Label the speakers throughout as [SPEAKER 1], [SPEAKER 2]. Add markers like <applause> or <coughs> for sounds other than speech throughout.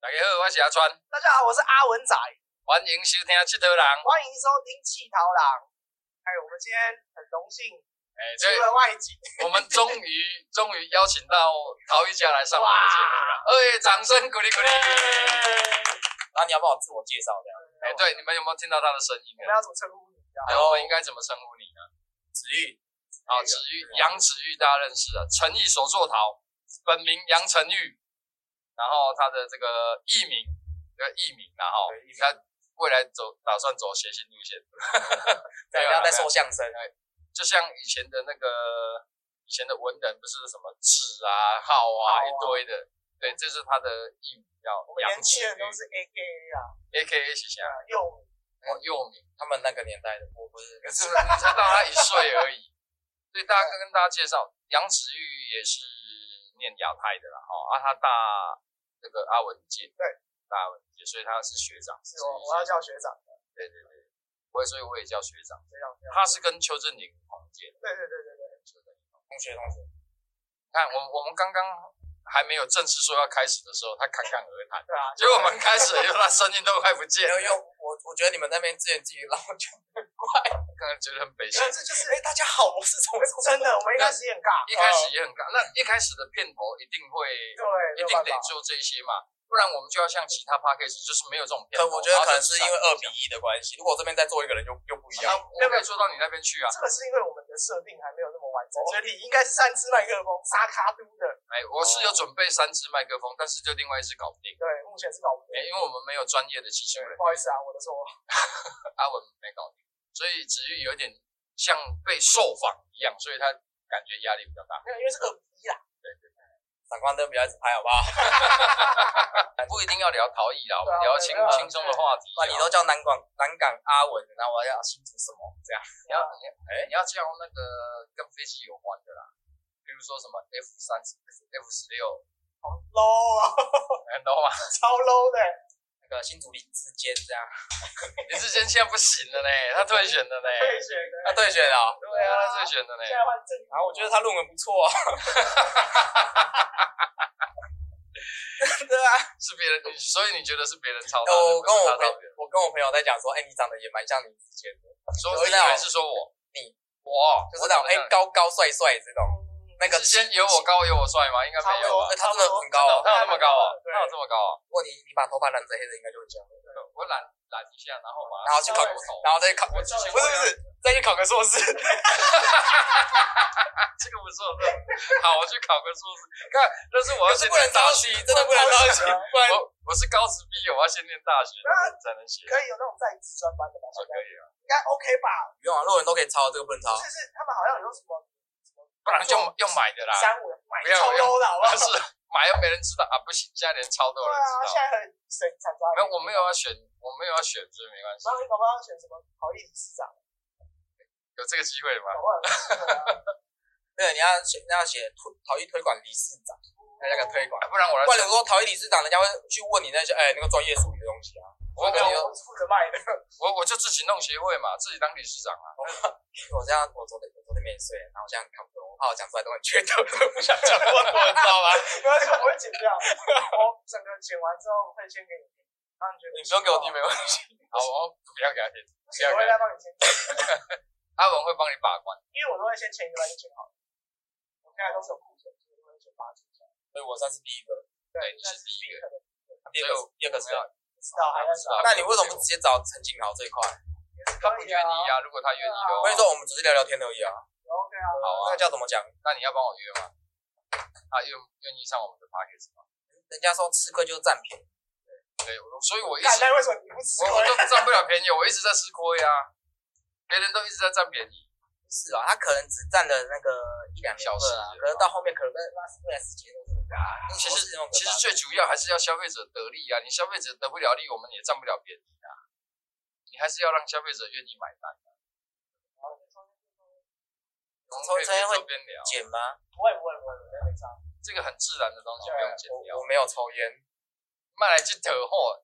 [SPEAKER 1] 大家好，我是阿川，
[SPEAKER 2] 大家好，我是阿文仔，
[SPEAKER 1] 欢迎收听《七头人》。
[SPEAKER 2] 欢迎收听《气桃郎》。哎，我们今天很荣幸
[SPEAKER 1] 哎，
[SPEAKER 2] 出了
[SPEAKER 3] 啊
[SPEAKER 2] 外景，
[SPEAKER 1] 这我们终于终于邀请到陶一家来上我们的节目了，哎，掌声鼓励鼓励。
[SPEAKER 3] 哎那啊你要帮我自我介绍一下，
[SPEAKER 1] 哎，对，你们有没有听到他的声音
[SPEAKER 2] 我
[SPEAKER 1] 啊
[SPEAKER 2] 们？要怎么称呼你啊？
[SPEAKER 1] 哎，我们应该怎么称呼你呢？
[SPEAKER 3] 子玉，
[SPEAKER 1] 好，子玉，杨子玉大家认识了，陈毅所作陶，本名杨成玉，然后他的这个艺名，这个艺名，然后
[SPEAKER 3] 对艺名
[SPEAKER 1] 他未来走打算走谐星路线，
[SPEAKER 3] 怎
[SPEAKER 1] 没有啦
[SPEAKER 3] 么啊样在说相声？
[SPEAKER 1] 就像以前的那个以前的文人，不是什么志啊、浩啊
[SPEAKER 2] 浩啊
[SPEAKER 1] 一堆的，对，这是他的艺名叫
[SPEAKER 2] 我们
[SPEAKER 1] 杨
[SPEAKER 2] 年轻人
[SPEAKER 1] 子
[SPEAKER 2] 都是嗯 A K A 啊，
[SPEAKER 1] A K A 是啥？
[SPEAKER 2] 又
[SPEAKER 1] 我幼
[SPEAKER 2] <laughs>
[SPEAKER 1] 名，
[SPEAKER 3] 他们那个年代的，我不是
[SPEAKER 1] 可是你才大他一岁而已。所以大家跟大家介绍，杨子玉也是念亚太的啦，哈、啊，他大这个阿文界，
[SPEAKER 2] 对，
[SPEAKER 1] 大阿文界，所以他是学长，
[SPEAKER 2] 是哦我我要叫学长，
[SPEAKER 1] 对对对，我也所以我也叫学长，
[SPEAKER 2] 学长，学长
[SPEAKER 1] 他是跟邱振宁同届的，
[SPEAKER 2] 对对对对对，
[SPEAKER 1] 邱振宁。
[SPEAKER 3] 同学同学，
[SPEAKER 1] 看我我们刚刚还没有正式说要开始的时候，他侃侃而谈，
[SPEAKER 2] 对啊，
[SPEAKER 1] 结果我们开始以后，他声音都快不见
[SPEAKER 3] 因
[SPEAKER 1] 了，
[SPEAKER 3] 为因为我我觉得你们那边自言自语，然后就
[SPEAKER 1] 刚刚觉得很悲伤
[SPEAKER 2] 可。是就是
[SPEAKER 3] 哎、大家好，我是从
[SPEAKER 2] 真的，我们一开始也很尬，哦
[SPEAKER 1] 一开始也很尬，那一开始的片头一定会
[SPEAKER 2] 对，没
[SPEAKER 1] 一
[SPEAKER 2] 有
[SPEAKER 1] 定
[SPEAKER 2] 办
[SPEAKER 1] 得
[SPEAKER 2] 法，
[SPEAKER 1] 做这些嘛，不然我们就要像其他 p a c k a g e 就是没有这种片
[SPEAKER 3] 可
[SPEAKER 1] 头。
[SPEAKER 3] <laughs> 我觉得可能是因为二比
[SPEAKER 1] 然后
[SPEAKER 3] 一的关系，如果我这边再做一个人就又不一
[SPEAKER 1] 那
[SPEAKER 3] 啊样。
[SPEAKER 1] 我们可以做到你那边去啊。
[SPEAKER 2] 这个是因为我们的设定还没有那么完整，所以你应该是三支麦克风，沙卡都的，
[SPEAKER 1] 哎，我是有准备三支麦克风，但是就另外一支搞不定。
[SPEAKER 2] 对，目前是搞不定
[SPEAKER 1] 哎，，因为我们没有专业的技术人员，
[SPEAKER 2] 不好意思啊，我的错，
[SPEAKER 1] 阿文没搞定，所以子玉有点像被受访一样，所以他感觉压力比较大。
[SPEAKER 2] 没有，因为是二比一啦，
[SPEAKER 3] 闪光灯不要一直拍好不 <laughs> 好？
[SPEAKER 1] 不一定要聊陶艺啦，我们
[SPEAKER 2] 对啊
[SPEAKER 1] 聊轻
[SPEAKER 2] 对啊
[SPEAKER 1] 轻松的话题
[SPEAKER 3] 哇，
[SPEAKER 1] 就
[SPEAKER 3] 你
[SPEAKER 1] 好。
[SPEAKER 3] 都叫南港南港阿文，然后我要新竹什么这样？
[SPEAKER 1] 你要你要哎，你要叫那个跟飞机有关的啦，比如说什么 F 三十、F 十六，
[SPEAKER 2] low 啊，
[SPEAKER 1] 你懂吗？ <laughs>
[SPEAKER 2] 超 low 的，
[SPEAKER 3] 那个新竹林志坚这样，
[SPEAKER 1] 林志坚现在不行了呢，他退选了呢。
[SPEAKER 2] 退选的，
[SPEAKER 3] 他退选了哦、
[SPEAKER 1] 对啊，他退选了呢
[SPEAKER 2] 现。在换正
[SPEAKER 3] 然后我觉得他论文不错啊， <laughs> 对啊，
[SPEAKER 1] 是别人，你所以你觉得是别人抄他的？
[SPEAKER 3] 我
[SPEAKER 1] 不
[SPEAKER 3] 跟
[SPEAKER 1] 是
[SPEAKER 3] 我
[SPEAKER 1] 他
[SPEAKER 3] 朋
[SPEAKER 1] 抄别人。
[SPEAKER 3] 我跟我朋友在讲说，哎、你长得也蛮像林志坚的，
[SPEAKER 1] 说
[SPEAKER 3] 我
[SPEAKER 1] 你
[SPEAKER 3] 知道
[SPEAKER 1] 还是说我？
[SPEAKER 3] 你
[SPEAKER 1] 我
[SPEAKER 3] 就是那种
[SPEAKER 1] 嗯
[SPEAKER 3] 哎、高高帅帅这种，那个
[SPEAKER 1] 林志坚有我高有我帅吗？应该没有吧
[SPEAKER 3] 哎、？他真的很
[SPEAKER 1] 真的
[SPEAKER 3] 高、
[SPEAKER 1] 他有那么高啊？
[SPEAKER 2] 对
[SPEAKER 1] 他有这么高啊？
[SPEAKER 3] 如果你你把头发染成黑的，应该就很像。
[SPEAKER 1] 哦我染染一下，然后把它
[SPEAKER 3] 然后去考
[SPEAKER 1] 梳头
[SPEAKER 3] 然后再去考，不
[SPEAKER 1] 我
[SPEAKER 3] 是
[SPEAKER 1] 知道
[SPEAKER 3] 不是，再去考个硕士。
[SPEAKER 1] 这个不错，这个不错好，我去考个硕士。看，但是我要
[SPEAKER 3] 可
[SPEAKER 1] 先
[SPEAKER 3] 是不
[SPEAKER 1] 念
[SPEAKER 3] 能
[SPEAKER 1] 大
[SPEAKER 3] 抄
[SPEAKER 1] 学，
[SPEAKER 3] 袭，真的不能抄袭，不然
[SPEAKER 1] 我我是高职毕业，我要先念大学才能写。
[SPEAKER 2] 可以有那种在职专班的吧？
[SPEAKER 1] 啊可以啊，
[SPEAKER 2] 应该 OK 吧？
[SPEAKER 3] 不用啊，论文都可以抄，这个不能抄
[SPEAKER 2] 就。是他们好像有什么什么
[SPEAKER 1] 不然就用买的啦。
[SPEAKER 2] 三五买
[SPEAKER 1] 不要
[SPEAKER 2] 超
[SPEAKER 1] 不要
[SPEAKER 2] low 的好不好
[SPEAKER 1] 但？是买又没人知道啊，不行，现在连抄都有
[SPEAKER 2] 对
[SPEAKER 1] 人
[SPEAKER 2] 啊，
[SPEAKER 1] 知
[SPEAKER 2] 现
[SPEAKER 1] 道。
[SPEAKER 2] 在很谁惨遭
[SPEAKER 1] 没有，我没有要选，我没有要选，所以没关系
[SPEAKER 2] 然。后
[SPEAKER 3] 啊
[SPEAKER 2] 你搞不好要选什么好意思市长，
[SPEAKER 1] 有这个机会
[SPEAKER 2] 搞
[SPEAKER 1] 吗？
[SPEAKER 2] 不好有机会啊
[SPEAKER 3] 对，你要写，那要写推陶艺推广理事长，那叫个推广。
[SPEAKER 1] 啊不然我来
[SPEAKER 3] 不然如果陶艺理事长，人家会去问你那些哎那个专业术语的东西啊。
[SPEAKER 1] 我
[SPEAKER 2] 没
[SPEAKER 1] 我
[SPEAKER 2] 有，
[SPEAKER 3] 你
[SPEAKER 2] 我是负责卖的，
[SPEAKER 1] 我我就自己弄协会嘛，自己当理事长
[SPEAKER 3] <laughs>
[SPEAKER 1] 啊。
[SPEAKER 3] 我这样，我昨天我昨天没睡，然后我现在看不懂，我怕我讲出来都很缺德，我不想讲过多，你知
[SPEAKER 1] <laughs>
[SPEAKER 3] 道吗？
[SPEAKER 2] 没有，这个我会剪掉。我整个剪完之后会先给你听，然后你觉得
[SPEAKER 3] 你不用给我听没关系，
[SPEAKER 1] 好，我不要给他听，
[SPEAKER 2] 不行，我会再帮你先剪，
[SPEAKER 1] 阿文会帮你把关。
[SPEAKER 2] 因为我都会先前一个班就剪好了。我现在都是有库存，所以我会先把它剪掉。
[SPEAKER 3] 所以我算是第一个，
[SPEAKER 1] 对，你
[SPEAKER 2] 但
[SPEAKER 1] 是
[SPEAKER 2] 是
[SPEAKER 1] 第一个，
[SPEAKER 2] 可能
[SPEAKER 3] 第二个第二个
[SPEAKER 1] 没
[SPEAKER 3] 是
[SPEAKER 1] 有
[SPEAKER 3] 啊。
[SPEAKER 2] 不知道还在找，
[SPEAKER 3] 那你为什么不直接找陈景豪这一块？
[SPEAKER 1] 他不愿意啊。如果他愿意的
[SPEAKER 3] 我
[SPEAKER 1] 话
[SPEAKER 3] 跟你，说，我们只是聊聊天而已啊。
[SPEAKER 2] OK 啊，
[SPEAKER 1] 好啊
[SPEAKER 3] 那个叫怎么讲？
[SPEAKER 1] 那你要帮我约吗？他愿愿意上我们的 p a c k a g e 吗？
[SPEAKER 3] 人家说吃亏就是占便宜。
[SPEAKER 1] 对，我所以我一
[SPEAKER 2] 干
[SPEAKER 1] 直
[SPEAKER 2] 那为什么你不
[SPEAKER 1] 我
[SPEAKER 2] 吃
[SPEAKER 1] 我都
[SPEAKER 2] 亏？
[SPEAKER 1] 占不了便宜，我一直在吃亏啊。别人都一直在占便宜，
[SPEAKER 3] 是啊，他可能只占了那个一两年份
[SPEAKER 1] 小
[SPEAKER 3] 啊
[SPEAKER 1] 时，
[SPEAKER 3] 可能到后面可能那是未来十几年都是的啊。
[SPEAKER 1] 其实
[SPEAKER 3] 是那种
[SPEAKER 1] 其实最主要还是要消费者得利啊，你消费者得不了利，我们也占不了便宜啊。你还是要让消费者愿意买单。我们可以
[SPEAKER 3] 抽烟会
[SPEAKER 1] 边做边聊，
[SPEAKER 3] 减吗？
[SPEAKER 2] 不会不会不会，没没差。
[SPEAKER 1] 这个很自然的东西，不用剪掉
[SPEAKER 3] 我。我没有抽烟，
[SPEAKER 1] 卖来这头货，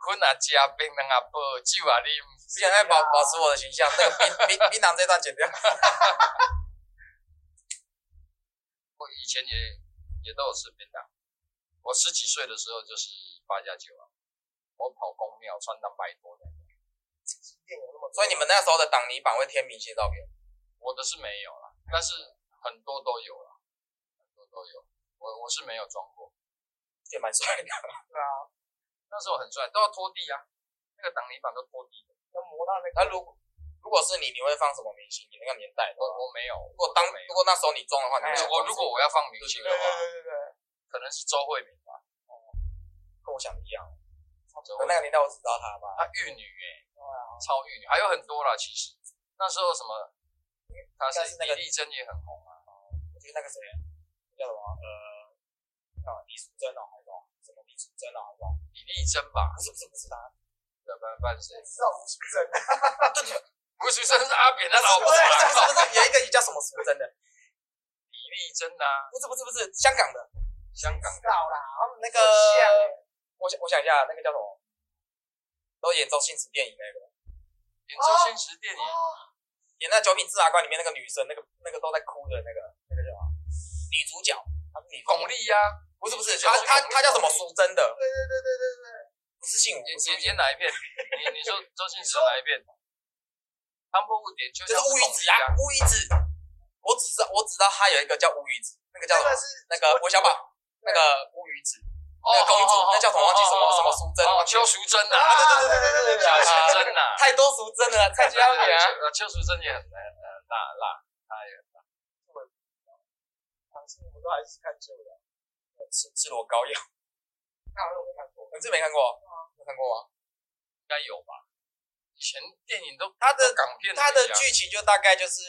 [SPEAKER 1] 困啊加槟榔啊喝酒啊啉，
[SPEAKER 3] 之前在保保持我的形象，那个槟 <laughs> 槟槟榔这段剪掉。
[SPEAKER 1] 我以前也也都有吃槟榔。我十几岁的时候就是八加九啊，我跑公庙穿两百多的，
[SPEAKER 2] 店有那么多，
[SPEAKER 3] 所以你们那时候的挡泥板会贴明星照片，
[SPEAKER 1] 我的是没有啦，但是很多都有啦，很多都有，我我是没有装过，
[SPEAKER 3] 也蛮帅的。
[SPEAKER 2] 对啊，
[SPEAKER 1] 那时候很帅，都要拖地啊，那个挡泥板都拖地的，
[SPEAKER 2] 要磨到那个
[SPEAKER 3] <laughs> 那如果如果是你，你会放什么明星？你那个年代的
[SPEAKER 1] 我
[SPEAKER 3] 话，哎
[SPEAKER 1] 我没有，
[SPEAKER 3] 如果当
[SPEAKER 1] 没有
[SPEAKER 3] 如果那时候你中的话，你会想
[SPEAKER 1] 我如果我要放明星的
[SPEAKER 2] 对对
[SPEAKER 1] 话，
[SPEAKER 2] 对对对，
[SPEAKER 1] 可能是周慧敏吧，
[SPEAKER 3] 跟我想的一样，
[SPEAKER 1] 周慧
[SPEAKER 3] 那
[SPEAKER 1] 敏
[SPEAKER 3] 个年代我只知道他吧。
[SPEAKER 1] 她玉女哎、
[SPEAKER 2] 对啊，
[SPEAKER 1] 超玉女，还有很多啦。其实那时候什么，她
[SPEAKER 3] 但
[SPEAKER 1] 是
[SPEAKER 3] 是那个
[SPEAKER 1] 李丽珍也很红啊，
[SPEAKER 3] 我觉得那个谁叫什么呃，啊李淑珍哦，还是什么什么李淑珍哦，还是什么
[SPEAKER 1] 李丽珍吧
[SPEAKER 3] 不，是不是不是他，
[SPEAKER 1] 对不然不然谁？
[SPEAKER 2] 知道吴淑珍，
[SPEAKER 1] 吴淑珍是阿扁的老婆
[SPEAKER 3] 不是
[SPEAKER 1] 啊，
[SPEAKER 3] 不是不是有一个也叫什么淑珍的，
[SPEAKER 1] 李丽珍啊，
[SPEAKER 3] 不是不是不是香港的
[SPEAKER 1] 香港
[SPEAKER 2] 知道啦，他们
[SPEAKER 3] 那个
[SPEAKER 2] 像欸
[SPEAKER 3] 我想我想一下，那个叫什么？都演周星驰电影那个，
[SPEAKER 1] 演周星驰电影，
[SPEAKER 2] 哦，
[SPEAKER 3] 演那《九品芝麻官》里面那个女生，那个那个都在哭的那个那个叫什么？女主角，她是女主角
[SPEAKER 1] 巩俐呀，
[SPEAKER 3] 不是不是，她她她叫什么淑珍的？
[SPEAKER 2] 对对对对对对，
[SPEAKER 3] 不是姓吴，
[SPEAKER 1] 演
[SPEAKER 3] 不是
[SPEAKER 1] 演
[SPEAKER 3] 姓
[SPEAKER 1] 演哪一片？你你说周星驰哪一片？唐伯虎点秋
[SPEAKER 3] 吴就
[SPEAKER 1] 香
[SPEAKER 3] 是乌
[SPEAKER 1] 巩
[SPEAKER 3] 鱼子
[SPEAKER 1] 俐
[SPEAKER 3] 啊
[SPEAKER 1] 啊，，
[SPEAKER 3] 乌鱼子。我只知道我只知道她有一个叫乌鱼子，那个叫
[SPEAKER 2] 那
[SPEAKER 3] 什么
[SPEAKER 2] 个？是
[SPEAKER 3] 那个韦小宝，那个乌鱼子，
[SPEAKER 1] 哦
[SPEAKER 3] 那个公主
[SPEAKER 1] 哦哦哦
[SPEAKER 3] 那叫什么忘记什么
[SPEAKER 1] 哦哦
[SPEAKER 3] 什么淑珍
[SPEAKER 1] 哦
[SPEAKER 3] 忘记
[SPEAKER 1] 邱淑贞啊，
[SPEAKER 2] 啊对对对对对对
[SPEAKER 1] 邱
[SPEAKER 2] 对，
[SPEAKER 1] 淑贞啊，
[SPEAKER 3] 太多淑珍了，蔡
[SPEAKER 1] 对
[SPEAKER 3] 家 <laughs>
[SPEAKER 1] 对
[SPEAKER 3] 啊。
[SPEAKER 1] 对邱淑贞也很很很辣辣，她也很辣。
[SPEAKER 2] 唐诗我都还是看旧的，
[SPEAKER 3] 赤赤裸羔羊，
[SPEAKER 2] 那我没看过，
[SPEAKER 3] 你是没看过？有看过吗？
[SPEAKER 1] 应该有吧？以前电影都他的港片都
[SPEAKER 3] 它的
[SPEAKER 1] 一样
[SPEAKER 3] 剧情就大概就是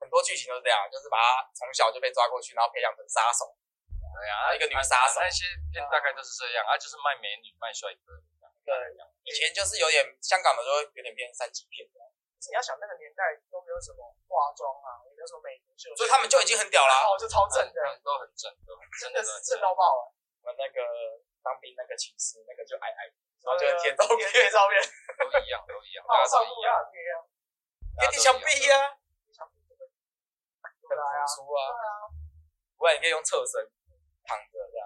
[SPEAKER 3] 很多剧情都是这样，就是把他从小就被抓过去，然后培养成杀手。
[SPEAKER 1] 对啊，
[SPEAKER 3] 一个女杀手
[SPEAKER 1] 那些片大概都是这样啊，就是卖美女卖帅哥。
[SPEAKER 3] 对，以前就是有点香港的都会有点变三级片，
[SPEAKER 2] 你要想那个年代都没有什么化妆啊，也没有什么美妆秀，
[SPEAKER 3] 所以他们就已经很屌啦。
[SPEAKER 2] 哦就超正的，
[SPEAKER 1] 他们都很正，都很
[SPEAKER 2] 真
[SPEAKER 1] 正，
[SPEAKER 2] 的
[SPEAKER 1] 都很
[SPEAKER 2] 是
[SPEAKER 1] 正
[SPEAKER 2] 正。到爆了，
[SPEAKER 3] 我们那个当兵那个寝室那个就矮矮的，然后就会贴照片，
[SPEAKER 2] 贴照片，
[SPEAKER 1] 都一样，都一样，大
[SPEAKER 2] 马
[SPEAKER 1] 家
[SPEAKER 2] 上
[SPEAKER 1] 都一
[SPEAKER 2] 不
[SPEAKER 1] 样。
[SPEAKER 2] 要贴啊，
[SPEAKER 3] 贴地墙壁啊，
[SPEAKER 2] 对
[SPEAKER 3] 很
[SPEAKER 2] 啊，
[SPEAKER 3] 突出啊
[SPEAKER 2] 对。啊，
[SPEAKER 3] 不然你可以用侧身躺着这样。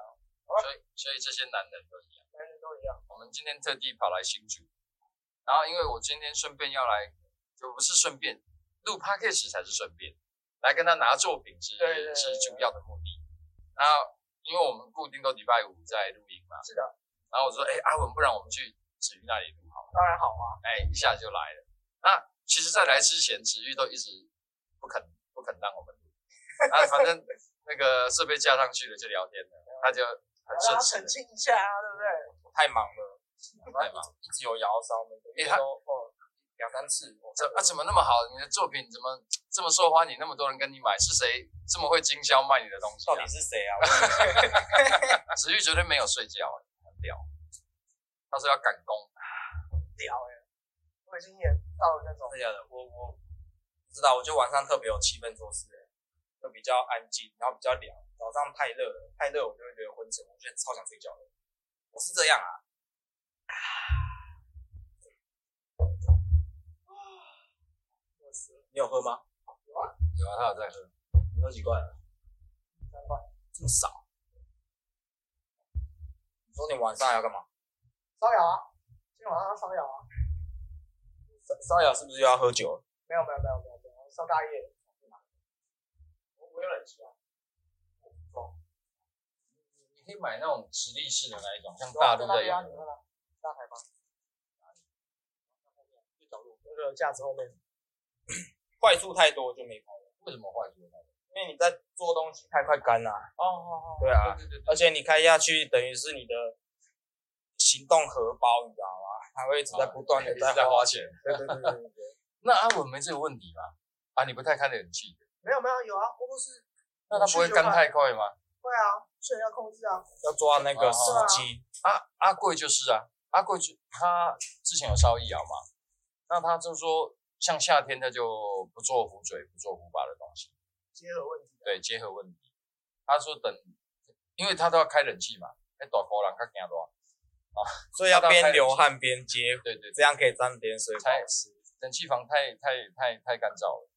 [SPEAKER 1] 所以，所以这些男人都一样。
[SPEAKER 2] 男人都一样，
[SPEAKER 1] 我们今天特地跑来新竹，然后因为我今天顺便要来，就不是顺便录 p a c k a g e 才是顺便，来跟他拿作品是
[SPEAKER 2] 对对对
[SPEAKER 1] 是主要的目的。然后，因为我们固定都礼拜五在录音嘛，
[SPEAKER 2] 是的，
[SPEAKER 1] 然后我说，哎、阿文，不然我们去子瑜那里录好了。
[SPEAKER 2] 当然好啊，
[SPEAKER 1] 哎，一下就来了。那其实，在来之前，子玉都一直不肯不肯让我们录，啊，反 <laughs> 正那个设备架上去了就聊天了，他就很
[SPEAKER 2] 让
[SPEAKER 1] 顺
[SPEAKER 2] 他
[SPEAKER 1] 势
[SPEAKER 2] 澄
[SPEAKER 1] 的。
[SPEAKER 2] 清一下啊，对不对？
[SPEAKER 3] 我太忙了，
[SPEAKER 1] 太忙，
[SPEAKER 3] 一直有摇烧，每个月
[SPEAKER 1] 欸他
[SPEAKER 3] 都哦两三次。我
[SPEAKER 1] 怎啊怎么那么好？你的作品怎么这么受欢迎？那么多人跟你买，是谁这么会经销卖你的东西、
[SPEAKER 3] 到底
[SPEAKER 1] 啊？
[SPEAKER 3] 是谁啊？
[SPEAKER 1] 子玉绝对没有睡觉、很屌。他说要赶工，
[SPEAKER 2] 屌哎、我已经演到了那种
[SPEAKER 3] 欸真的假的？我我不知道，我就晚上特别有气氛做事、欸，就比较安静，然后比较凉。早上太热了，太热我就会觉得昏沉，我觉得超想睡觉的。我是这样啊，你有喝吗？
[SPEAKER 1] 有啊，他有在喝。
[SPEAKER 3] 你喝几罐了？
[SPEAKER 2] 三罐，
[SPEAKER 3] 这么少？你说你晚上要干嘛？
[SPEAKER 2] 烧窑啊，今天晚上要烧窑啊，
[SPEAKER 3] 烧烧窑是不是又要喝酒？
[SPEAKER 2] 没有没有没有没有没有，烧大夜，我我有冷气啊，
[SPEAKER 1] 你可以买那种直立式的那一种，像
[SPEAKER 2] 对
[SPEAKER 1] 大
[SPEAKER 2] 啊对
[SPEAKER 1] 陆
[SPEAKER 2] 啊
[SPEAKER 1] 的
[SPEAKER 2] 对
[SPEAKER 1] 有
[SPEAKER 2] 啊，你喝了，大台吗？那个架子后面，
[SPEAKER 3] 坏处太多就没开了，
[SPEAKER 1] 为什么坏处？
[SPEAKER 3] 因为你在做东西太快干了、啊
[SPEAKER 2] 哦哦哦，
[SPEAKER 3] 对啊，
[SPEAKER 1] 对对对
[SPEAKER 3] 而且你开下去，等于是你的行动荷包，你知道吗？它会一直在不断的
[SPEAKER 1] 一直
[SPEAKER 3] 在
[SPEAKER 1] 在
[SPEAKER 3] 花
[SPEAKER 1] 花
[SPEAKER 3] 钱
[SPEAKER 1] 钱。
[SPEAKER 3] 对对对对对。
[SPEAKER 1] 那阿文没这个问题吗？啊，你不太开冷气，
[SPEAKER 2] 没有没有有啊，我都是
[SPEAKER 1] 那他不会干太快吗？
[SPEAKER 2] 会啊，所以要控制啊，
[SPEAKER 3] 要抓那个时机，
[SPEAKER 1] 阿啊阿贵就是啊，阿贵就他之前有烧易遥嘛，那他就说像夏天他就不做壶嘴，不做壶把的东西，
[SPEAKER 2] 结合问题啊，
[SPEAKER 1] 对，结合问题。他说等，因为他都要开冷气嘛，那大波浪他惊热，
[SPEAKER 3] 所以要边流汗边接，
[SPEAKER 1] 对对
[SPEAKER 3] 这
[SPEAKER 1] 对，
[SPEAKER 3] 样可以沾点水保湿。
[SPEAKER 1] 冷气房太太太太干燥了，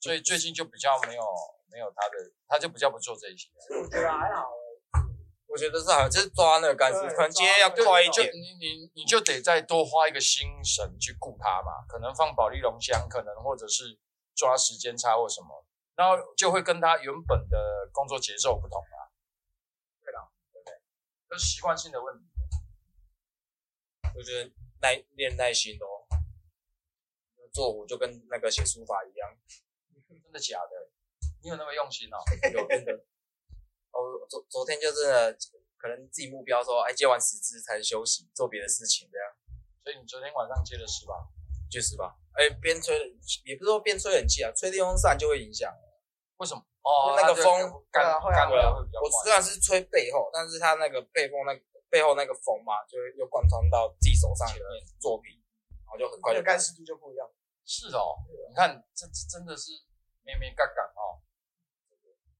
[SPEAKER 1] 所以最近就比较没有没有他的，他就比较不做这一些。
[SPEAKER 2] 我觉得还好哎、
[SPEAKER 3] 我觉得是好，就是抓那个感觉，
[SPEAKER 2] 对
[SPEAKER 3] 可能今天要
[SPEAKER 2] 抓
[SPEAKER 1] 就
[SPEAKER 2] 那个
[SPEAKER 3] 快一
[SPEAKER 1] 你就
[SPEAKER 3] 点，
[SPEAKER 1] 你你你就得再多花一个心神去顾它嘛，可能放保利龙箱，可能或者是抓时间差或什么，然后就会跟他原本的工作节奏不同啊。对啦，对不对？这是习惯性的问题。
[SPEAKER 3] 我觉得耐练耐心哦。做我就跟那个写书法一样，
[SPEAKER 1] 真的假的？你有那么用心哦？
[SPEAKER 3] 有真的。哦，昨昨天就是可能自己目标说，哎，接完十支才休息，做别的事情这样。
[SPEAKER 1] 所以你昨天晚上接的是吧？
[SPEAKER 3] 确实吧。哎、边吹冷气，也不是说边吹冷气啊，吹电风扇就会影响。
[SPEAKER 1] 为什么？哦，
[SPEAKER 3] 那
[SPEAKER 1] 它就
[SPEAKER 3] 个风
[SPEAKER 1] 干
[SPEAKER 2] 对啊会啊
[SPEAKER 1] 干
[SPEAKER 2] 对
[SPEAKER 1] 了会比较
[SPEAKER 3] 我
[SPEAKER 1] 快。
[SPEAKER 3] 虽然是吹背后，但是它那个背后那个背后那个风嘛，就会又贯穿到自己手上的作品，然后就很快
[SPEAKER 2] 那
[SPEAKER 3] 就
[SPEAKER 2] 个干湿度就不一样。
[SPEAKER 1] 是哦，你看这这真的是咩咩嘎嘎哦，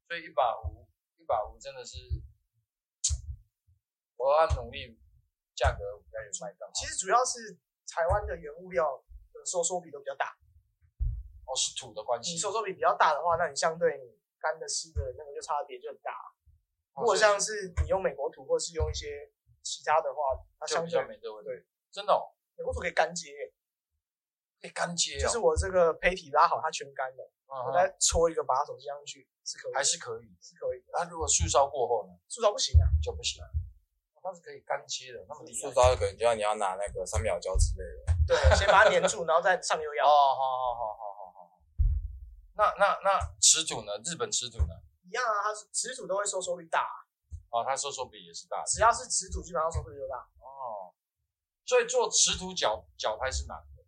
[SPEAKER 1] 所以一把壶一把壶真的是，我要努力，价格应该有卖到。
[SPEAKER 2] 其实主要是台湾的原物料的收缩比都比较大，
[SPEAKER 1] 哦，是土的关系。
[SPEAKER 2] 你收缩比比较大的话，那你相对你干的湿的那个就差别就很大。
[SPEAKER 1] 哦
[SPEAKER 2] 如果
[SPEAKER 1] 所以
[SPEAKER 2] 像是你用美国土，或是用一些其他的话，它
[SPEAKER 1] 就
[SPEAKER 2] 相
[SPEAKER 1] 比
[SPEAKER 2] 对
[SPEAKER 1] 较没这个问题
[SPEAKER 2] 对，
[SPEAKER 1] 真的哦，
[SPEAKER 2] 美国土可以干接，
[SPEAKER 1] 可以干接
[SPEAKER 2] 就是
[SPEAKER 1] 哦，
[SPEAKER 2] 我这个胚体拉好，它全干了，
[SPEAKER 1] 嗯
[SPEAKER 2] 我
[SPEAKER 1] 嗯
[SPEAKER 2] 再搓一个把手接上去是可以的，
[SPEAKER 1] 还是可以。
[SPEAKER 2] 是可以的。
[SPEAKER 1] 那如果树梢过后呢，
[SPEAKER 2] 塑造不行啊，
[SPEAKER 1] 就不行了。哦它是可以干接的，那么厉害
[SPEAKER 3] 塑。造，可能就要你要拿那个三秒胶之类的。
[SPEAKER 2] 对，先把它粘
[SPEAKER 1] <laughs>
[SPEAKER 2] 住，然后再上油
[SPEAKER 1] 哦，
[SPEAKER 2] 压，
[SPEAKER 1] 好好好好好好。那那那尺土呢？日本尺土呢？
[SPEAKER 2] 一样啊，它是直土都会收缩率大，啊
[SPEAKER 1] 哦，他收缩比也是大的。
[SPEAKER 2] 只要是直土基本上收缩率就大。
[SPEAKER 1] 哦，所以做磁土脚脚拍是难的，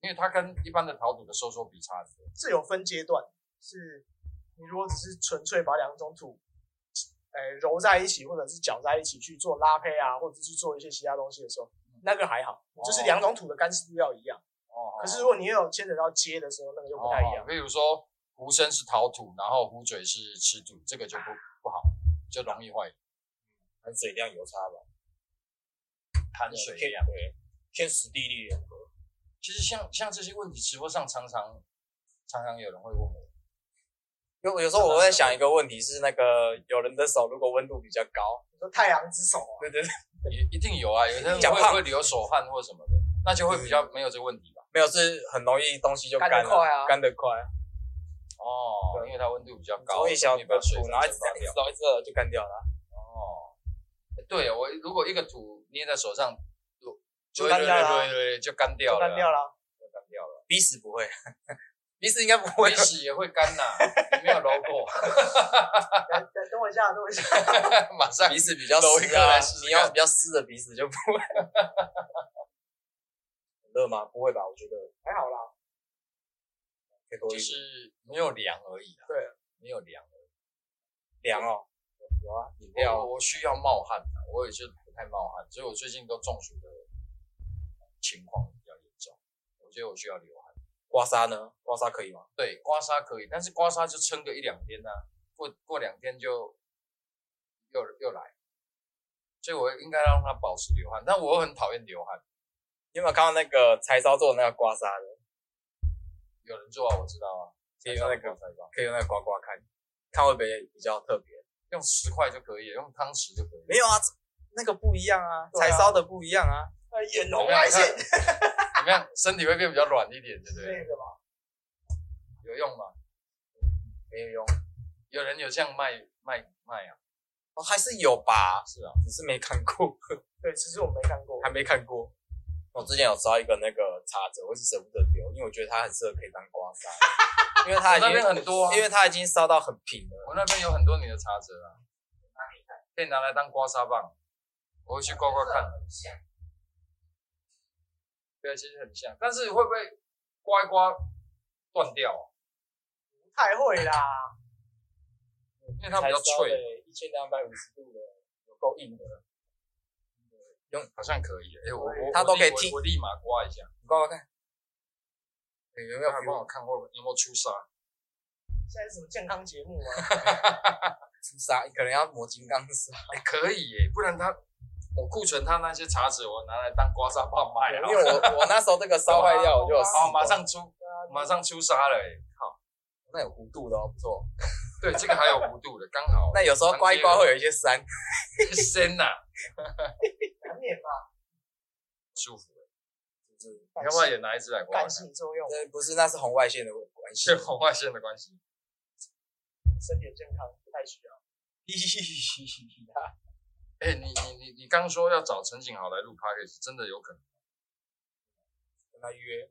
[SPEAKER 1] 因为它跟一般的陶土的收缩比差很多。
[SPEAKER 2] 这有分阶段，是你如果只是纯粹把两种土，呃，揉在一起或者是搅在一起去做拉胚啊，或者是做一些其他东西的时候，那个还好，
[SPEAKER 1] 哦
[SPEAKER 2] 就是两种土的干湿度要一样。
[SPEAKER 1] 哦
[SPEAKER 2] 可是如果你有牵扯到接的时候，那个就不太一样。
[SPEAKER 1] 比如说壶身是陶土，然后壶嘴是瓷土，这个就不不好，就容易坏
[SPEAKER 3] 跟水量有差吧？
[SPEAKER 1] 含水
[SPEAKER 3] 天
[SPEAKER 1] 量。
[SPEAKER 3] 对，天时地利人和。
[SPEAKER 1] 其实像像这些问题，直播上常常常常有人会问我，
[SPEAKER 3] 有有时候我在想一个问题是，那个有人的手如果温度比较高，
[SPEAKER 2] 说太阳之手啊，
[SPEAKER 3] 对对对，
[SPEAKER 1] 也一定有啊，有些人
[SPEAKER 3] 讲
[SPEAKER 1] 会
[SPEAKER 3] 胖
[SPEAKER 1] 会流手汗或什么的，那就会比较没有这个问题吧。
[SPEAKER 3] 没有是很容易东西就
[SPEAKER 2] 干
[SPEAKER 3] 干
[SPEAKER 2] 得
[SPEAKER 3] 了，
[SPEAKER 2] 快啊
[SPEAKER 3] 干得快，
[SPEAKER 1] 哦，因为它温度比较高，
[SPEAKER 3] 所以小
[SPEAKER 1] 容易把
[SPEAKER 3] 的
[SPEAKER 1] 水
[SPEAKER 3] 土，
[SPEAKER 1] 分
[SPEAKER 3] 然后一直
[SPEAKER 1] 蒸发
[SPEAKER 3] 一
[SPEAKER 1] 掉
[SPEAKER 3] 直揉一直揉就干掉了，
[SPEAKER 1] 哦，对我如果一个土捏在手上，就
[SPEAKER 2] 就干掉了啊
[SPEAKER 1] 对对对对，就干掉
[SPEAKER 2] 就
[SPEAKER 1] 了，
[SPEAKER 2] 干掉了。
[SPEAKER 1] 就干掉了。
[SPEAKER 3] 鼻屎不会， <laughs> 鼻屎应该不会
[SPEAKER 1] 威。士也会干呐、你没有揉过， <laughs>
[SPEAKER 2] 等哎等等我一下，等我一下，
[SPEAKER 1] 马上
[SPEAKER 3] 鼻屎比较
[SPEAKER 1] 揉一
[SPEAKER 3] 湿
[SPEAKER 1] 个来
[SPEAKER 3] 啊
[SPEAKER 1] 试试，看
[SPEAKER 3] 你要比较湿的鼻屎就不会。很热吗？不会吧？我觉得
[SPEAKER 2] 还好啦。
[SPEAKER 3] 可以多一
[SPEAKER 1] 就
[SPEAKER 3] 点
[SPEAKER 1] 是没有凉而已啦。
[SPEAKER 2] 对，
[SPEAKER 1] 没有凉而已。
[SPEAKER 3] 凉哦。有啊，饮
[SPEAKER 1] 我
[SPEAKER 3] 料
[SPEAKER 1] 我需要冒汗啊，我也是不太冒汗，所以我最近都中暑的情况比较严重，我觉得我需要流汗。
[SPEAKER 3] 刮痧呢？刮痧可以吗？
[SPEAKER 1] 对，刮痧可以，但是刮痧就撑个一两天呐、过过两天就又又来，所以我应该让它保持流汗，但我很讨厌流汗。
[SPEAKER 3] 你有没有看到那个柴烧做的那个刮痧的？
[SPEAKER 1] 有人做啊，我知道啊，
[SPEAKER 3] 可以
[SPEAKER 1] 才上
[SPEAKER 3] 那个
[SPEAKER 1] 网才知道
[SPEAKER 3] 可以用那个刮刮看，看会不会比较特别？
[SPEAKER 1] 用十块就可以了，用汤匙就可以了。
[SPEAKER 3] 没有啊，这那个不一样啊，
[SPEAKER 2] 对啊
[SPEAKER 3] 柴烧的不一样啊。
[SPEAKER 2] 呃，眼
[SPEAKER 1] 怎
[SPEAKER 2] 容
[SPEAKER 1] 么样？
[SPEAKER 2] 外
[SPEAKER 1] 看
[SPEAKER 2] 线
[SPEAKER 1] 怎么样？身体会变比较软一点， <laughs> 对不
[SPEAKER 2] <laughs> 之
[SPEAKER 1] 对？
[SPEAKER 2] 类的吧。
[SPEAKER 1] 有用吗？
[SPEAKER 3] 没有用，
[SPEAKER 1] 有人有这样卖卖卖啊？
[SPEAKER 3] 哦，还是有吧，
[SPEAKER 1] 是啊，
[SPEAKER 3] 只是没看过，
[SPEAKER 2] 对，其实我没看过
[SPEAKER 3] 还。没看过。我之前有烧一个那个叉子，我一直舍不得丢，因为我觉得它很适合可以当刮痧，
[SPEAKER 1] <laughs>
[SPEAKER 3] 因为它
[SPEAKER 1] 我
[SPEAKER 3] 已
[SPEAKER 1] 那边
[SPEAKER 3] 经，
[SPEAKER 1] 很多啊，
[SPEAKER 3] 因为它已经烧到很平了。
[SPEAKER 1] 我那边有很多你的茶则啊，可以拿来当刮痧棒，我会去刮刮看。对，其实很像，但是会不会刮一刮断掉啊？
[SPEAKER 2] 不太会啦，
[SPEAKER 1] 因为它比较脆，，
[SPEAKER 3] 一千两百五十度的，有够硬的。
[SPEAKER 1] 好像可以。哎、我我
[SPEAKER 3] 它都可以
[SPEAKER 1] 我立
[SPEAKER 3] 剔
[SPEAKER 1] 我立马刮一下，
[SPEAKER 3] 你刮刮看，你哎有没
[SPEAKER 1] 要
[SPEAKER 3] 有
[SPEAKER 1] 不要帮我看会不会有没有出痧？啊
[SPEAKER 3] <laughs>
[SPEAKER 2] 现在是什么健康节目啊？
[SPEAKER 3] 出痧？可能要磨金刚
[SPEAKER 1] <laughs>
[SPEAKER 3] 砂。
[SPEAKER 1] 哎、可以耶、不然它我库存它那些茶籽，我拿来当刮痧棒
[SPEAKER 3] <laughs>
[SPEAKER 1] 卖
[SPEAKER 3] 因
[SPEAKER 1] 啊。
[SPEAKER 3] 为
[SPEAKER 1] <laughs>
[SPEAKER 3] 我我那时候这个烧坏掉，我就有试
[SPEAKER 1] 哦，马
[SPEAKER 3] 过
[SPEAKER 1] 上出马上出痧了、哎，好，
[SPEAKER 3] 那有弧度的哦，不错。
[SPEAKER 1] 对，这个还有弧度的，刚
[SPEAKER 3] <laughs>
[SPEAKER 1] 好
[SPEAKER 3] 那有时候刮一刮会有一些酸，
[SPEAKER 1] 深呐、
[SPEAKER 2] <laughs> 难免嘛，
[SPEAKER 1] 舒服。
[SPEAKER 3] 就是
[SPEAKER 1] 你要不要也拿一支来刮刮
[SPEAKER 2] 干
[SPEAKER 1] 看？
[SPEAKER 2] 性作用，
[SPEAKER 3] 呃不是，那是红外线的关系
[SPEAKER 1] 是。红外线的关系。 <laughs>
[SPEAKER 2] 身体的健康不太需要。
[SPEAKER 1] 哎、你你你你刚说要找陈景豪来录 podcast，真的有可能？
[SPEAKER 3] 跟他约，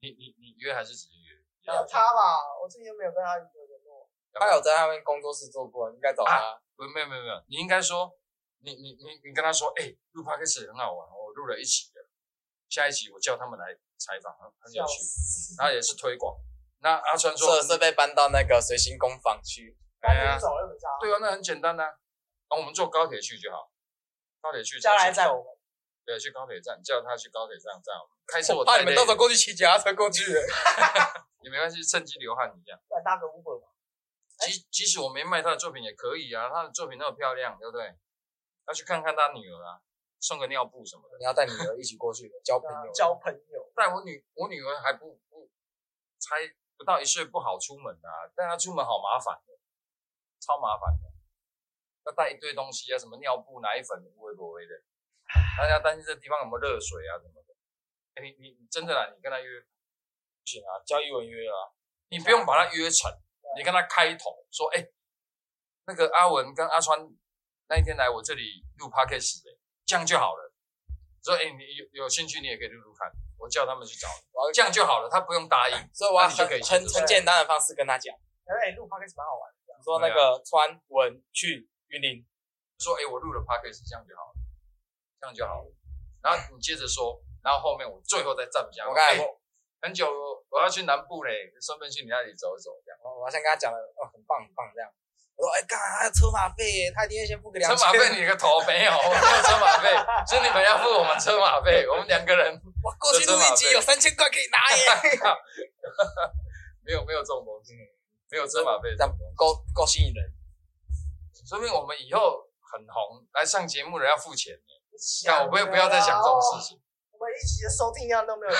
[SPEAKER 1] 你你你约还是直接约？
[SPEAKER 2] 还有他吧，我最近没有跟他有联络。
[SPEAKER 3] 他有在他们工作室做过，你应该找他。
[SPEAKER 1] 不，没有没有没有，你应该说，你你你你跟他说，哎、录 podcast 很好玩，我录了一集了，下一集我叫他们来采访，很很有
[SPEAKER 2] 笑
[SPEAKER 1] 趣，
[SPEAKER 2] 死，
[SPEAKER 1] 然后也是推广。那阿川说
[SPEAKER 3] 所，有设备搬到那个随行工坊去，
[SPEAKER 1] 哎
[SPEAKER 2] 反
[SPEAKER 1] 呀
[SPEAKER 2] 正走又没差。
[SPEAKER 1] 对啊，那很简单呐、啊，我们坐高铁去就好，高铁去，
[SPEAKER 2] 将来载我们，
[SPEAKER 1] 对，去高铁站，叫他去高铁站站我们，开车
[SPEAKER 3] 我
[SPEAKER 1] 我
[SPEAKER 3] 哦怕
[SPEAKER 1] 太
[SPEAKER 3] 你们
[SPEAKER 1] 累
[SPEAKER 3] 到时候
[SPEAKER 1] 了，
[SPEAKER 3] 过去骑脚踏车过去了。
[SPEAKER 1] 也没关系，趁机流汗一样。
[SPEAKER 2] 来搭个 Uber 嘛。
[SPEAKER 3] 哎
[SPEAKER 1] 即即使我没卖他的作品也可以啊，他的作品那么漂亮，对不对？要去看看他女儿啊，送个尿布什么的。
[SPEAKER 3] 你要带女儿一起过去的，交朋
[SPEAKER 2] 呃
[SPEAKER 3] 友。啊
[SPEAKER 2] 交朋友，
[SPEAKER 1] 但我女我女儿还不不才不到一岁，不好出门啊，带她出门好麻烦的，超麻烦的，要带一堆东西啊，什么尿布、奶粉、微不微的，大家担心这地方有没有热水啊什么的。哎你你你真的啦，你跟他约不行啊，叫一文约啊，你不用把他约成，你跟他开头说，哎、那个阿文跟阿川那一天来我这里录 podcast 的、这样就好了。说，哎、你有有兴趣，你也可以录录看，我叫他们去找你。
[SPEAKER 3] 我要
[SPEAKER 1] 这样就好了，他不用答应。
[SPEAKER 3] 所以我要
[SPEAKER 1] 那你就
[SPEAKER 3] 很
[SPEAKER 1] 可以
[SPEAKER 3] 很
[SPEAKER 1] 选择
[SPEAKER 3] 很简单的方式跟他讲，
[SPEAKER 2] 哎，录 podcast 蛮好玩的。
[SPEAKER 3] 你说那个川文去云林，
[SPEAKER 1] 说，哎、我录了 podcast，这样就好了，这样就好了。然后你接着说，然后后面我最后再站不下。
[SPEAKER 3] 我刚
[SPEAKER 1] 哎
[SPEAKER 3] 才我
[SPEAKER 1] 很久了，我要去南部嘞，顺便去你那里走一走，这样。
[SPEAKER 3] 我我先跟他讲了，哦，很棒很棒这样。我说，哎，干他要车马费耶，他一定要先付个两
[SPEAKER 1] 车马
[SPEAKER 3] 千。
[SPEAKER 1] 费你个头没有，我没有车马
[SPEAKER 3] <laughs>
[SPEAKER 1] 费，所以你们要付我们车马费，我们两个人
[SPEAKER 3] 我过去录一
[SPEAKER 1] 车马费
[SPEAKER 3] 集有三千块可以拿耶， <laughs>
[SPEAKER 1] 没有没有这种东西，
[SPEAKER 2] 嗯
[SPEAKER 1] 没有车马费这种东西。
[SPEAKER 3] 够够吸引人。
[SPEAKER 1] 说明我们以后很红，来上节目的要付钱。
[SPEAKER 2] 想
[SPEAKER 1] 啊但我不会不要再想这种事情，
[SPEAKER 2] 情。哦我们一集的收听量都没有，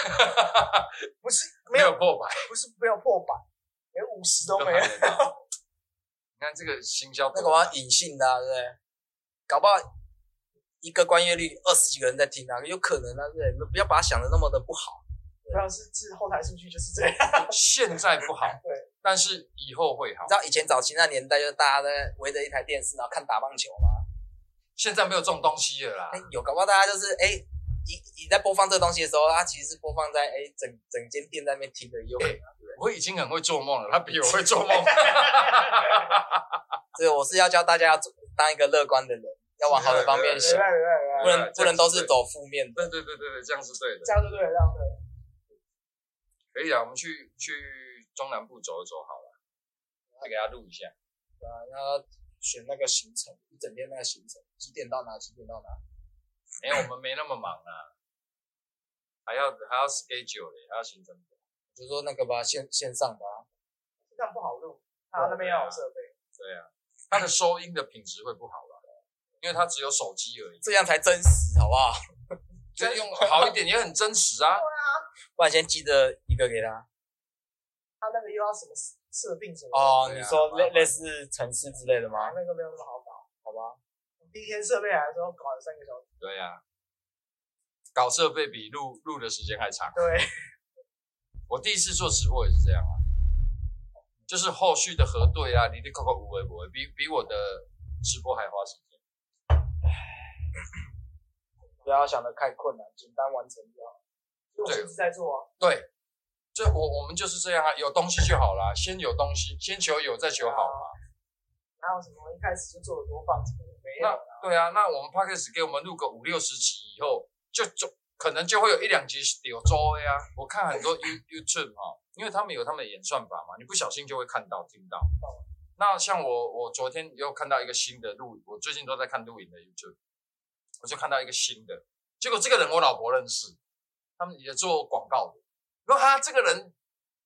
[SPEAKER 2] 不是
[SPEAKER 1] 没
[SPEAKER 2] 没有
[SPEAKER 1] 有啊破百。
[SPEAKER 2] 不是没有破百，连五十都
[SPEAKER 1] 都
[SPEAKER 2] 没有
[SPEAKER 1] 还。没到你看这个行销，
[SPEAKER 3] 那个我要隐性的、啊，对不对？搞不好一个关阅率二十几个人在听啊，有可能啊，对不对？你们不要把它想的那么的不好。
[SPEAKER 2] 不要是自后台数据就是这样。
[SPEAKER 1] 现在不好，
[SPEAKER 2] 对，
[SPEAKER 1] 但是以后会好
[SPEAKER 3] 你知。道以前早期那年代，就是大家在围着一台电视，然后看打棒球嘛。
[SPEAKER 1] 现在没有这种东西了啦
[SPEAKER 3] 哎，，有搞不好大家就是哎，你你在播放这个东西的时候，它其实是播放在哎整整间店在那边听的，有可能、啊，对不对？
[SPEAKER 1] 我已经很会做梦了，他比我会
[SPEAKER 2] <laughs>
[SPEAKER 1] 做梦。
[SPEAKER 3] 所以我是要教大家要做当一个乐观的人，要往好的方面
[SPEAKER 2] 明
[SPEAKER 3] 想，
[SPEAKER 2] 白明白明白，
[SPEAKER 3] 不能不能都是走负面的。
[SPEAKER 1] 对对对对对，这样是对的
[SPEAKER 2] 啊这。样就对了，这样对了。
[SPEAKER 1] 可以啊，我们去去中南部走一走好了，再给他录一下。
[SPEAKER 3] 啊然后选那个行程，一整天那个行程，几点到哪，几点到哪。
[SPEAKER 1] 没有，我们没那么忙啊，还要还要 schedule 嘞，还要行程表。
[SPEAKER 3] 就说那个吧，线线上吧，
[SPEAKER 2] 这样不好录，他那边要有设备。
[SPEAKER 1] 对啊，他的收音的品质会不好啦，因为他只有手机而已。
[SPEAKER 3] 这样才真实，好不好？
[SPEAKER 1] 就用好一点也很真实啊。
[SPEAKER 3] 不然先记得一个给他。
[SPEAKER 2] 他那个又要什么设定什么？
[SPEAKER 3] 哦，
[SPEAKER 1] 对啊
[SPEAKER 3] 你说
[SPEAKER 1] 麻
[SPEAKER 3] 类
[SPEAKER 1] 烦
[SPEAKER 3] 类似城市之类的吗？
[SPEAKER 2] 那个没有那么好搞。
[SPEAKER 3] 好吧，
[SPEAKER 2] 第一天设备来的时候搞了三个小时。
[SPEAKER 1] 对呀、搞设备比录录的时间还长。
[SPEAKER 2] 对，
[SPEAKER 1] 我第一次做直播也是这样啊，就是后续的核对啊，你的 Coco 无为不为，比比我的直播还花时间。
[SPEAKER 3] 不要想的太困难，简单完成就好。
[SPEAKER 2] 因为我一直在做啊。
[SPEAKER 1] 对，这我我们就是这样啊，有东西就好啦，先有东西，先求有，再求好嘛。
[SPEAKER 2] 然后什么一开始就做的多棒什么的，没有
[SPEAKER 1] 那
[SPEAKER 2] 啊。
[SPEAKER 1] 对啊，那我们 Podcast 给我们录个五六十集以后，就就可能就会有一两集有周 A 啊。我看很多 You YouTube 哈、因为他们有他们的演算法嘛，你不小心就会看到听到。那像我，我昨天又看到一个新的录，我最近都在看录影的 YouTube，我就看到一个新的，结果这个人我老婆认识，他们也做广告的，我说哈，这个人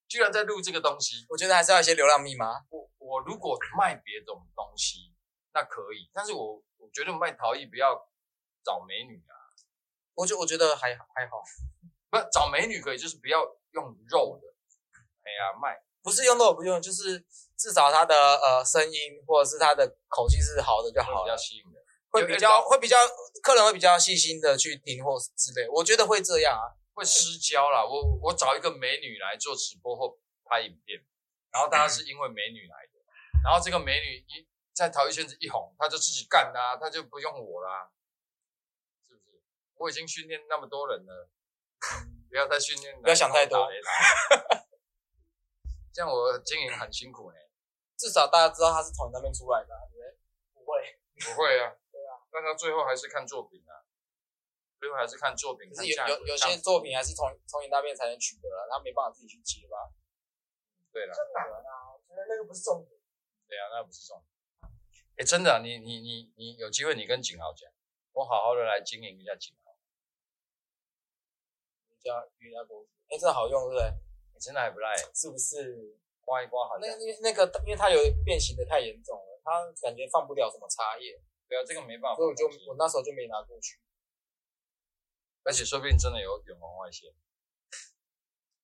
[SPEAKER 1] 居然在录这个东西，
[SPEAKER 3] 我觉得还是要一些流量密码。
[SPEAKER 1] 我我如果卖别种东西，那可以，但是我我觉得卖陶艺不要找美女啊，
[SPEAKER 3] 我觉我觉得还好还好，
[SPEAKER 1] 不找美女可以，就是不要用肉的。哎呀，卖
[SPEAKER 3] 不是用都不用，就是至少他的呃声音或者是他的口气是好的就
[SPEAKER 1] 会
[SPEAKER 3] 好啊
[SPEAKER 1] 比较
[SPEAKER 3] 了，
[SPEAKER 1] 吸引人。
[SPEAKER 3] 会
[SPEAKER 1] 有
[SPEAKER 3] 比
[SPEAKER 1] 有
[SPEAKER 3] 较会比较客人会比较细心的去听或是之类，我觉得会这样啊。
[SPEAKER 1] 会失焦啦。我我找一个美女来做直播或拍影片，然后大家是因为美女来的，然后这个美女一在陶艺圈子一红，她就自己干啦，她就不用我啦，是不是？我已经训练那么多人了， <laughs> 不要再训练了，
[SPEAKER 3] 不要想太多
[SPEAKER 1] 打雷啦这样我经营很辛苦呢、
[SPEAKER 3] 至少大家知道他是从你那边出来的啊、
[SPEAKER 2] 不会，
[SPEAKER 1] 不会啊，对啊，但到最后还是看作品啊，最后还是看作品。
[SPEAKER 3] 可
[SPEAKER 1] 看
[SPEAKER 3] 是有
[SPEAKER 1] 价格
[SPEAKER 3] 有有些
[SPEAKER 1] 看
[SPEAKER 3] 作品还是从从你那边才能取得啊，他没办法自己去接吧。
[SPEAKER 1] 对了
[SPEAKER 2] 这。哪了啊？我觉得那个不是重点。
[SPEAKER 1] 对啊，那不是重点。哎，真的啊、你你你你有机会你跟景豪讲，我好好的来经营一下景豪，
[SPEAKER 3] 你就要约他博主，哎、这好用对不对？
[SPEAKER 1] 诶真的还不赖，
[SPEAKER 3] 是不是？
[SPEAKER 1] 刮一刮好
[SPEAKER 3] 那
[SPEAKER 1] 像。
[SPEAKER 3] 个那个，因为它有变形的太严重了，它感觉放不了什么茶叶，
[SPEAKER 1] 对啊，这个没办法，
[SPEAKER 3] 所以我就我那时候就没拿过去。
[SPEAKER 1] 而且说不定真的有远红外线。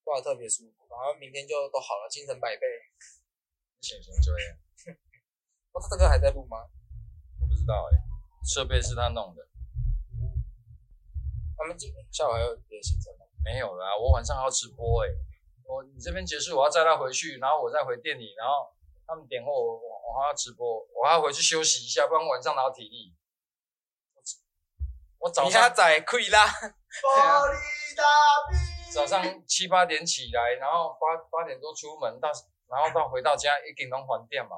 [SPEAKER 3] 挂的特别舒服，然后明天就都好了，精神百倍。
[SPEAKER 1] 行行，这样
[SPEAKER 3] 我、哦、这个还在录吗？
[SPEAKER 1] 我不知道哎、设备是他弄的，
[SPEAKER 3] 他们今下午还有别的行程吗？
[SPEAKER 1] 没有啦。我晚上还要直播哎、我你这边结束，我要载他回去，然后我再回店里，然后他们点货，我我我还要直播，我还要回去休息一下，不然晚上哪有体力？我早
[SPEAKER 3] 你
[SPEAKER 1] 上
[SPEAKER 3] 下载可以啦，
[SPEAKER 1] 啊
[SPEAKER 2] 玻璃大兵，
[SPEAKER 1] 早上七八点起来，然后八八点多出门，到然后到回到家一定能还电嘛。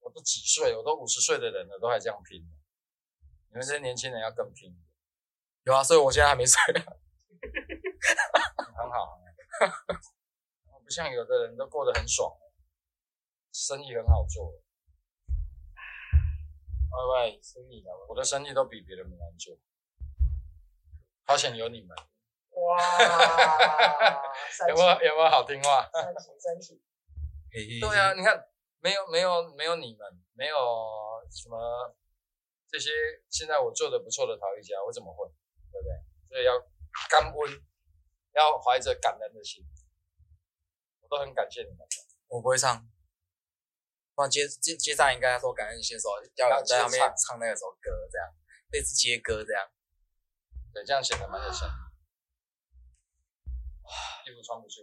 [SPEAKER 1] 我都几岁，我都五十岁的人了，都还这样拼。你们这些年轻人要更拼，
[SPEAKER 3] 有啊，所以我现在还没睡。
[SPEAKER 1] 很好。啊不像有的人都过得很爽，啊生意很好做，啊
[SPEAKER 3] 喂喂，是你的吗？
[SPEAKER 1] 我的生意都比别人难做。好险有你们，
[SPEAKER 2] 哇，三
[SPEAKER 1] 有
[SPEAKER 2] 七
[SPEAKER 1] 没有有没有好听话？
[SPEAKER 2] 三七三七，
[SPEAKER 1] 对啊，你看，没有没有没有你们，没有什么这些，现在我做的不错的陶艺家，我怎么混？对不对？所以要感恩，要怀着感恩的心，我都很感谢你们。
[SPEAKER 3] 我不会唱。哇，接接接上应该说感恩先手，要有人在旁边唱那首歌，这样类似接歌这样。
[SPEAKER 1] 对，这样显得蛮有诚意。衣服穿不住，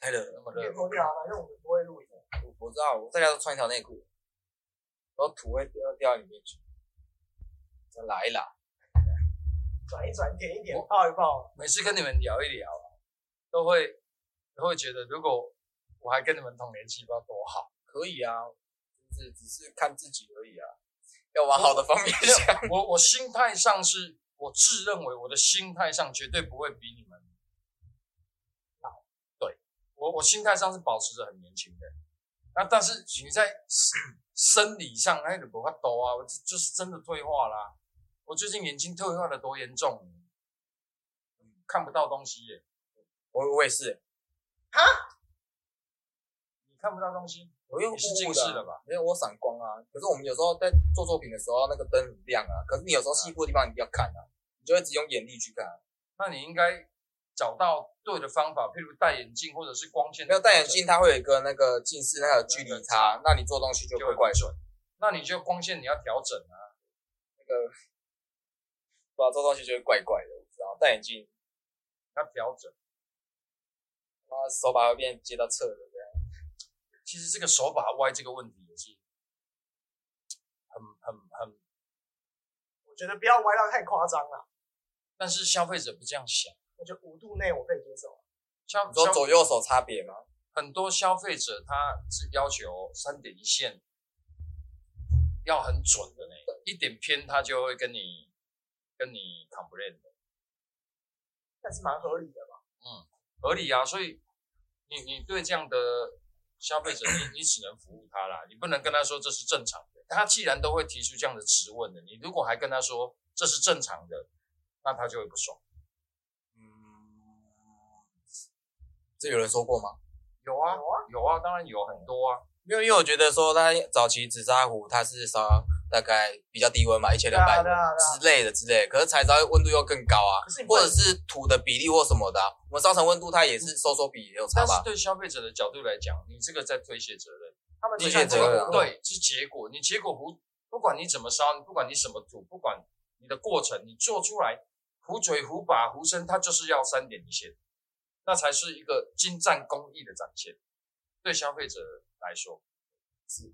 [SPEAKER 3] 太冷了，
[SPEAKER 1] 那么
[SPEAKER 2] 你
[SPEAKER 1] 热
[SPEAKER 2] 有，空调啊，反正我们不会录影。
[SPEAKER 3] 我我知道，我在家都穿一条内裤，然后土会掉掉里面去。再来啦，
[SPEAKER 2] 转一转，点一点
[SPEAKER 1] 我，
[SPEAKER 2] 泡一泡。
[SPEAKER 1] 每次跟你们聊一聊啊，都会都会觉得，如果我还跟你们同年纪，不知道多好。
[SPEAKER 3] 可以啊，就是只是看自己而已啊，要往好的方面想。
[SPEAKER 1] 我我心态上是，我自认为我的心态上绝对不会比你们老。对我我心态上是保持着很年轻的，那但是你在生理上哎，你不怕抖啊，我就就是真的退化啦、我最近眼睛退化的多严重，看不到东西耶，
[SPEAKER 3] <laughs> 我我也是，
[SPEAKER 1] 你看不到东西，
[SPEAKER 3] 我用
[SPEAKER 1] 你是近
[SPEAKER 3] 雾的啊
[SPEAKER 1] 视了吧？
[SPEAKER 3] 没有我散光啊。可是我们有时候在做作品的时候，那个灯很亮啊。可是你有时候细部的地方你要看啊，你就会只用眼力去看啊、
[SPEAKER 1] 那你应该找到对的方法，譬如戴眼镜或者是光线。
[SPEAKER 3] 没有戴眼镜，它会有一个那个近视那个距离差，那你做东西就
[SPEAKER 1] 就
[SPEAKER 3] 会
[SPEAKER 1] 会
[SPEAKER 3] 怪
[SPEAKER 1] 怪
[SPEAKER 3] 准。
[SPEAKER 1] 准，那你就光线你要调整啊。
[SPEAKER 3] 对啊，做东西就会怪怪的，我知道。戴眼镜，
[SPEAKER 1] 要调整。
[SPEAKER 3] 然后手把会变接到侧的这样。
[SPEAKER 1] 其实这个手把歪这个问题也是很很很，
[SPEAKER 2] 我觉得不要歪到太夸张了，
[SPEAKER 1] 但是消费者不这样想，
[SPEAKER 2] 我觉得五度内我可以接受。
[SPEAKER 1] 消
[SPEAKER 3] 你说
[SPEAKER 1] 消
[SPEAKER 3] 左右手差别吗？
[SPEAKER 1] 很多消费者他是要求三点一线，要很准的呢，一点偏他就会跟你跟你 complain 的，
[SPEAKER 2] 但是蛮合理的吧？
[SPEAKER 1] 合理啊。所以你你对这样的消费者，你你只能服务他啦，你不能跟他说这是正常的。他既然都会提出这样的质问的，你如果还跟他说这是正常的，那他就会不爽。
[SPEAKER 3] 嗯，这有人说过吗？
[SPEAKER 1] 有啊
[SPEAKER 2] 有啊，
[SPEAKER 1] 有啊，当然有很多啊。
[SPEAKER 3] 因为因为我觉得说他早期紫砂壶它是烧大概比较低温嘛，一千
[SPEAKER 2] 对
[SPEAKER 3] 两
[SPEAKER 2] 啊
[SPEAKER 3] 百
[SPEAKER 2] 对啊对啊
[SPEAKER 3] 之类的之类的，可是柴烧温度又更高啊
[SPEAKER 2] 可是你，不
[SPEAKER 3] 或
[SPEAKER 2] 能
[SPEAKER 3] 者是土的比例或什么的啊、我们烧成温度它也是收缩比也有差
[SPEAKER 1] 但是
[SPEAKER 3] 吧？
[SPEAKER 1] 对消费者的角度来讲，你这个在推卸责任。
[SPEAKER 2] 他们
[SPEAKER 1] 你
[SPEAKER 2] 只
[SPEAKER 3] 这
[SPEAKER 1] 看
[SPEAKER 2] 看
[SPEAKER 3] 些
[SPEAKER 1] 这
[SPEAKER 2] 结
[SPEAKER 3] 责任
[SPEAKER 1] 个
[SPEAKER 3] 啊
[SPEAKER 2] 果，
[SPEAKER 1] 对，是结果。你结果不不管你怎么烧，不管你什么土，不管你的过程，你做出来壶嘴、壶把、壶身，它就是要三点一线，那才是一个精湛工艺的展现。对消费者来说，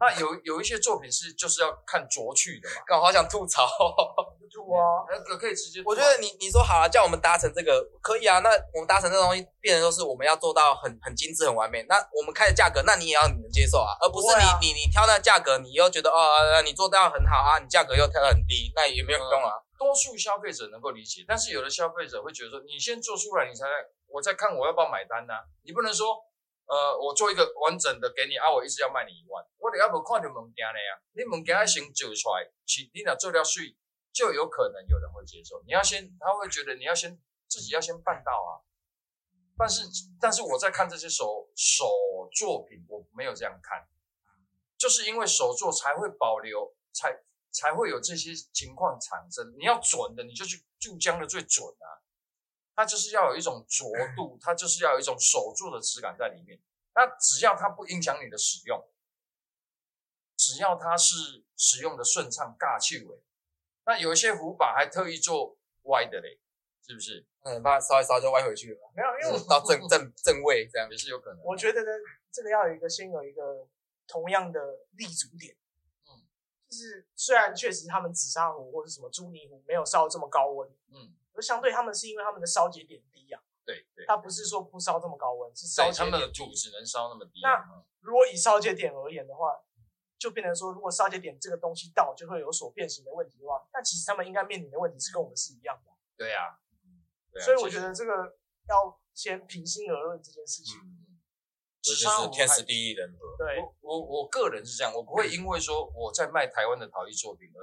[SPEAKER 1] 那有有一些作品是就是要看拙趣的嘛，
[SPEAKER 3] 干我好想吐槽哦、
[SPEAKER 2] 土啊，
[SPEAKER 1] 那个可以直接做
[SPEAKER 3] 我
[SPEAKER 1] 啊。
[SPEAKER 3] 觉得你你说好了、叫我们达成这个可以啊，那我们达成这东西，变成就是我们要做到很很精致、很完美。那我们开的价格，那你也要你能接受啊，而不是
[SPEAKER 2] 不会
[SPEAKER 3] 你、
[SPEAKER 2] 啊
[SPEAKER 3] 你你挑那价格，你又觉得哦，啊你做到很好啊，你价格又挑得很低，那也没有用啊。
[SPEAKER 1] 多数消费者能够理解，但是有的消费者会觉得说，你先做出来，你才我再看我要不要买单呢、你不能说，呃，我做一个完整的给你啊，我一直要卖你一万，我得要不看你物件的呀、你物件要先做出来，是你若做了水，就有可能有人会接受。你要先，他会觉得你要先自己要先办到啊。但是，但是我在看这些手手作品，我没有这样看，就是因为手作才会保留，才才会有这些情况产生。你要准的，你就去注浆的最准啊，它就是要有一种浊度，它就是要有一种手做的质感在里面。那只要它不影响你的使用，只要它是使用的顺畅、尬气味，那有一些壶把还特意做歪的嘞，是不是？
[SPEAKER 3] 很怕烧一烧就歪回去了，
[SPEAKER 2] 没有，因为
[SPEAKER 3] 就是到正正正位这样。
[SPEAKER 1] 也是有可能。
[SPEAKER 2] 我觉得呢，这个要有一个先有一个同样的立足点。
[SPEAKER 1] 嗯
[SPEAKER 2] 嗯，就是虽然确实他们紫砂壶或者什么朱泥壶没有烧这么高温，
[SPEAKER 1] 嗯，
[SPEAKER 2] 而相对他们是因为他们的烧结点低啊，
[SPEAKER 1] 对对，
[SPEAKER 2] 它不是说不烧这么高温，是烧
[SPEAKER 1] 对
[SPEAKER 2] 结
[SPEAKER 1] 他们的
[SPEAKER 2] 点
[SPEAKER 1] 土
[SPEAKER 2] 低。
[SPEAKER 1] 只能烧那么低。
[SPEAKER 2] 那
[SPEAKER 1] 嗯
[SPEAKER 2] 如果以烧结点而言的话，就变成说，如果烧结点这个东西到就会有所变形的问题的话，那其实他们应该面临的问题是跟我们是一样的啊。
[SPEAKER 1] 对呀、嗯对啊
[SPEAKER 2] 所以我
[SPEAKER 1] 其实
[SPEAKER 2] 觉得这个要先平心而论这件事情。
[SPEAKER 1] 嗯，
[SPEAKER 3] 这
[SPEAKER 1] 其实我还
[SPEAKER 3] 地利人和。
[SPEAKER 2] 对，
[SPEAKER 1] 我我我个人是这样，我不会因为说我在卖台湾的陶艺作品而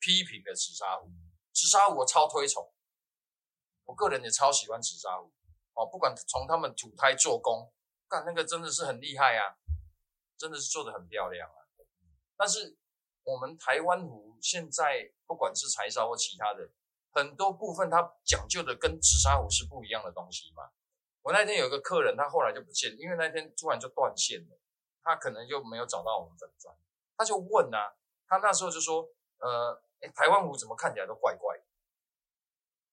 [SPEAKER 1] 批评的紫砂壶，紫砂壶我超推崇，我个人也超喜欢紫砂壶哦，不管从他们土胎做工，干那个真的是很厉害啊，真的是做的很漂亮啊。但是我们台湾壶现在不管是柴烧或其他的，很多部分它讲究的跟紫砂壶是不一样的东西嘛。我那天有一个客人，他后来就不见，因为那天突然就断线了。他可能就没有找到我们粉砖，他就问啊，他那时候就说，呃，诶台湾舞怎么看起来都怪怪的？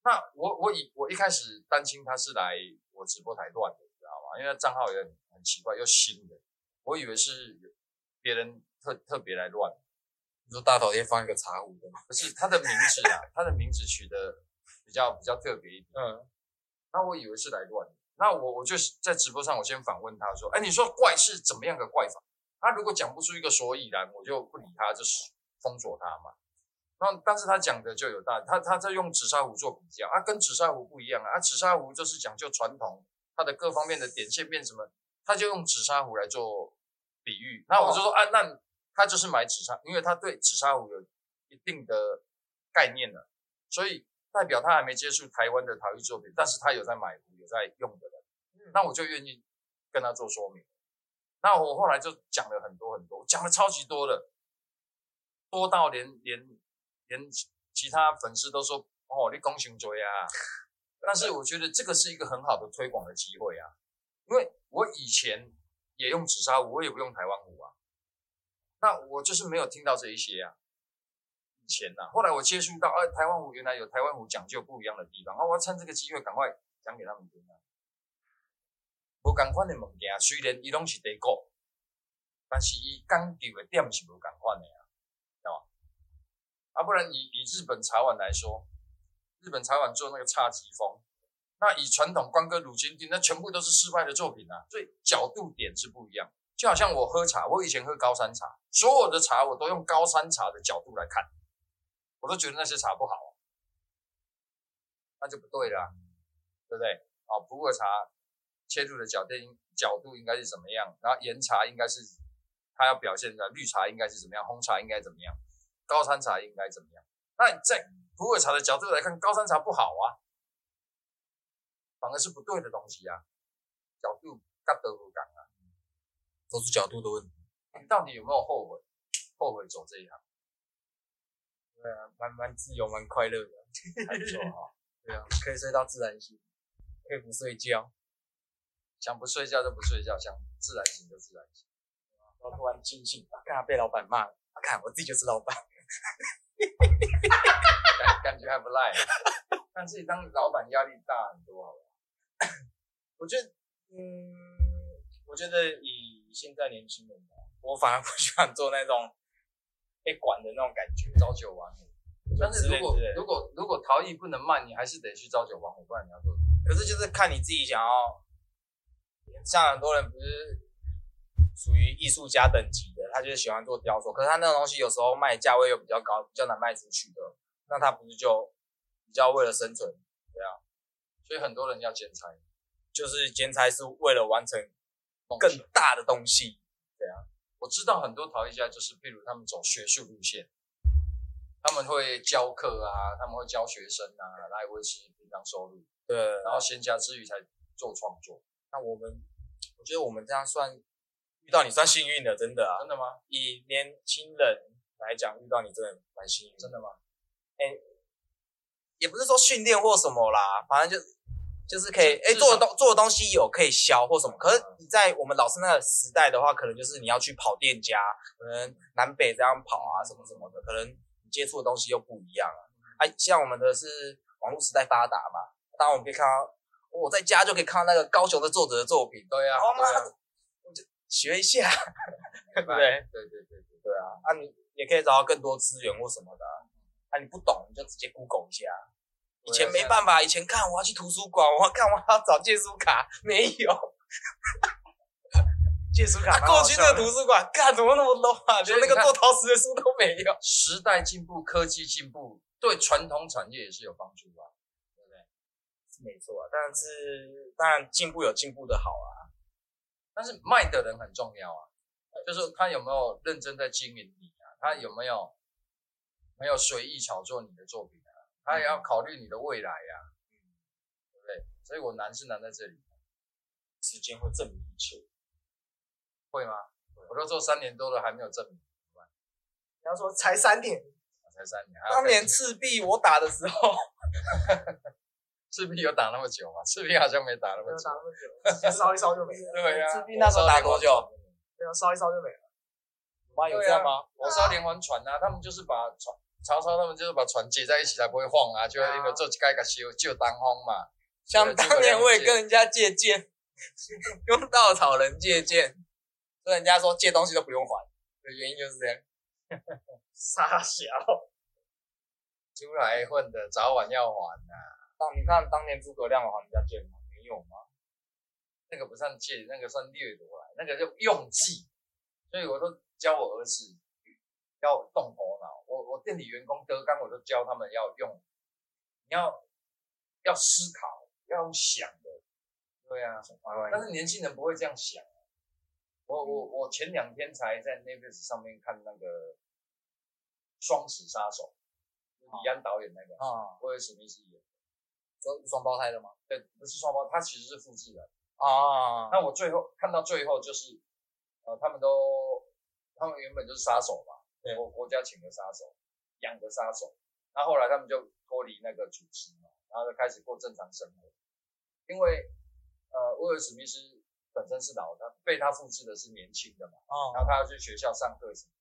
[SPEAKER 1] 那我我以我一开始担心他是来我直播台乱的，你知道吗？因为他账号也很很奇怪又新的，我以为是别人特特别来乱，
[SPEAKER 3] 你说大头贴放一个茶壶的吗？
[SPEAKER 1] 不是他的名字啊，他的名字取得比较比较特别一点。
[SPEAKER 3] 嗯，
[SPEAKER 1] 那我以为是来乱的。那我我就是在直播上，我先反问他说：“哎，你说怪是怎么样个怪法？”他如果讲不出一个所以然，我就不理他，就是封锁他嘛。那但是他讲的就有大，他他在用紫砂壶做比较，啊，跟紫砂壶不一样啊，啊，紫砂壶就是讲究传统，它的各方面的点线面什么，他就用紫砂壶来做比喻。那我就说、啊，那他就是买紫砂，因为他对紫砂壶有一定的概念了，所以代表他还没接触台湾的陶艺作品，但是他有在买壶，有在用的人，那我就愿意跟他做说明。那我后来就讲了很多很多，讲了超级多的，多到连连连其他粉丝都说哦，你恭喜追啊！但是我觉得这个是一个很好的推广的机会啊，因为我以前也用紫砂壶，我也不用台湾壶啊，那我就是没有听到这一些啊。以前呐、啊，后来我接触到，哎、台湾壶原来有台湾壶讲究不一样的地方，啊，我要趁这个机会赶快讲给他们听啊。无共款的物件，虽然伊拢是地国，但是伊讲究的点是无共款的啊，知道吗？啊，不然以以日本茶碗来说，日本茶碗做那个侘寂风，那以传统关哥乳清定，那全部都是失败的作品啊，所以角度点是不一样。就好像我喝茶，我以前喝高山茶，所有的茶我都用高山茶的角度来看，我都觉得那些茶不好啊、那就不对了啊、对不对？啊，普洱茶切入的角度应角度应该是怎么样？然后岩茶应该是它要表现的，绿茶应该是怎么样，红茶应该怎么样，高山茶应该怎么样？那在普洱茶的角度来看，高山茶不好啊，反而是不对的东西啊，角度跟德不港啊，
[SPEAKER 3] 都是角度的问题。
[SPEAKER 1] 你到底有没有后悔？后悔走这一行？
[SPEAKER 3] 对啊，蛮蛮自由，蛮快乐的，
[SPEAKER 1] 还不错
[SPEAKER 3] <laughs>
[SPEAKER 1] 哈。
[SPEAKER 3] 对啊，可以睡到自然醒，可以不睡觉，
[SPEAKER 1] 想不睡觉就不睡觉，想自然醒就自然醒，
[SPEAKER 3] 然后突然惊醒，啊，看被老板骂了，啊，看我自己就是老板，
[SPEAKER 1] 感感觉还不赖。啊但自己当老板压力大很多，好吧？
[SPEAKER 3] <coughs> 我觉得，嗯，我觉得以现在年轻人吧，我反而不喜欢做那种被管的那种感觉，
[SPEAKER 1] 朝九晚五。但是如果
[SPEAKER 3] 之类之类
[SPEAKER 1] 如果如果逃逸不能慢，你还是得去朝九晚五，不然你要做什么？
[SPEAKER 3] 可是就是看你自己想要，像很多人不是属于艺术家等级的，他就是喜欢做雕塑，可是他那种东西有时候卖价位又比较高，比较难卖出去的，那他不是就比较为了生存，
[SPEAKER 1] 所以很多人要兼差，
[SPEAKER 3] 就是兼差是为了完成
[SPEAKER 1] 梦
[SPEAKER 3] 更
[SPEAKER 1] 想
[SPEAKER 3] 大的东西，
[SPEAKER 1] 我知道很多陶艺家就是，譬如他们走学术路线，他们会教课啊，他们会教学生啊，来维持平常收入，
[SPEAKER 3] 对。
[SPEAKER 1] 然后闲暇之余才做创作。
[SPEAKER 3] 那我们，我觉得我们这样算遇到你算幸运的，真的啊，
[SPEAKER 1] 真的吗？
[SPEAKER 3] 以年轻人来讲，遇到你真的蛮幸运的，哎
[SPEAKER 1] 真的吗？
[SPEAKER 3] 也不是说训练或什么啦，反正就就是可以，哎、
[SPEAKER 1] 至少嗯
[SPEAKER 3] 做的东做的东西有可以销或什么。可是你在我们老师那个时代的话，可能就是你要去跑店家，可能南北这样跑啊，什么什么的，可能你接触的东西又不一样啊。哎、像我们的是网络时代发达嘛，当然我们可以看到，我在家就可以看到那个高雄的作者的作品，
[SPEAKER 1] 对啊，
[SPEAKER 3] 哦妈
[SPEAKER 1] 对
[SPEAKER 3] 的
[SPEAKER 1] 啊，
[SPEAKER 3] 学一下，对不对？
[SPEAKER 1] <laughs> 对对对对，
[SPEAKER 3] 对啊，啊你也可以找到更多资源或什么的啊。啊你不懂你就直接 Google 一下。啊以前没办法，以前看我要去图书馆，我要看我要找借书卡，没 <laughs> 有。
[SPEAKER 2] 借书卡
[SPEAKER 3] 啊，
[SPEAKER 2] 蛮
[SPEAKER 3] 过
[SPEAKER 2] 好
[SPEAKER 3] 去
[SPEAKER 2] 笑
[SPEAKER 3] 那
[SPEAKER 2] 的。
[SPEAKER 3] 个图书馆，干怎么那么 low <laughs> 啊？
[SPEAKER 1] 所
[SPEAKER 3] 就
[SPEAKER 1] 以
[SPEAKER 3] 那个
[SPEAKER 1] 你看
[SPEAKER 3] 做陶瓷的书都没有。
[SPEAKER 1] 时代进步，科技进步，对传统产业也是有帮助啊吧？对不对？
[SPEAKER 3] <laughs> 没错啊，但是当然进步有进步的好啊。
[SPEAKER 1] 但是卖的人很重要啊，就是他有没有认真在经营你啊，他有没有没有随意炒作你的作品啊，他也要
[SPEAKER 2] 嗯
[SPEAKER 1] 考虑你的未来呀、啊，对不对？所以我难是难在这里，
[SPEAKER 3] 时间会证明一切。
[SPEAKER 1] 会吗？我都做三年多了，还没有证明，啊
[SPEAKER 2] 你要说才三点，
[SPEAKER 1] 才三年，还要
[SPEAKER 3] 当年
[SPEAKER 1] 更
[SPEAKER 3] 赤壁我打的时 <laughs> 候，
[SPEAKER 1] 赤壁有打那么久吗？赤壁好像没打那
[SPEAKER 2] 没
[SPEAKER 1] 么
[SPEAKER 2] 有
[SPEAKER 1] 久
[SPEAKER 2] 打，那么久，烧一烧就没了。
[SPEAKER 1] 对呀、
[SPEAKER 3] 赤壁那时啊候打多久？
[SPEAKER 2] 没有烧一烧就没了。
[SPEAKER 3] 妈有这样吗？
[SPEAKER 1] 我烧连环船啊，他们就是把船，曹操他们就是把船结在一起才不会晃啊，就
[SPEAKER 2] 对啊
[SPEAKER 1] 因为这该个修就当风嘛。
[SPEAKER 3] 想当年我也跟人家借剑， <laughs> 用稻草人借剑，所以人家说借东西都不用还，的原因就是这样。
[SPEAKER 2] 傻小，
[SPEAKER 1] 出来混的早晚要还啊的、
[SPEAKER 3] 当你看当年诸葛亮有还人家剑吗？没有吗？
[SPEAKER 1] 那个不算借，那个算掠夺来，那个就用计。所以我都教我儿子要动头脑。我我店里员工德纲，我都教他们要用，你要要思考，要用想的。对啊，但是年轻人不会这样想啊。我我我前两天才在 Netflix 上面看那个《双子杀手》，李安导演那个，
[SPEAKER 3] 啊，
[SPEAKER 1] 威尔史密斯演的。
[SPEAKER 3] 双双胞胎的吗？
[SPEAKER 1] 对，呃不是双胞，他其实是复制人。
[SPEAKER 3] 啊，
[SPEAKER 1] 那我最后看到最后就是，呃，他们都他们原本就是杀手嘛，
[SPEAKER 3] 对
[SPEAKER 1] 国国家请的杀手，养的杀手。那后来他们就脱离那个组织嘛，然后就开始过正常生活。因为呃，威尔史密斯本身是老的，被他复制的是年轻的嘛，然
[SPEAKER 3] 啊
[SPEAKER 1] 后他要去学校上课什么。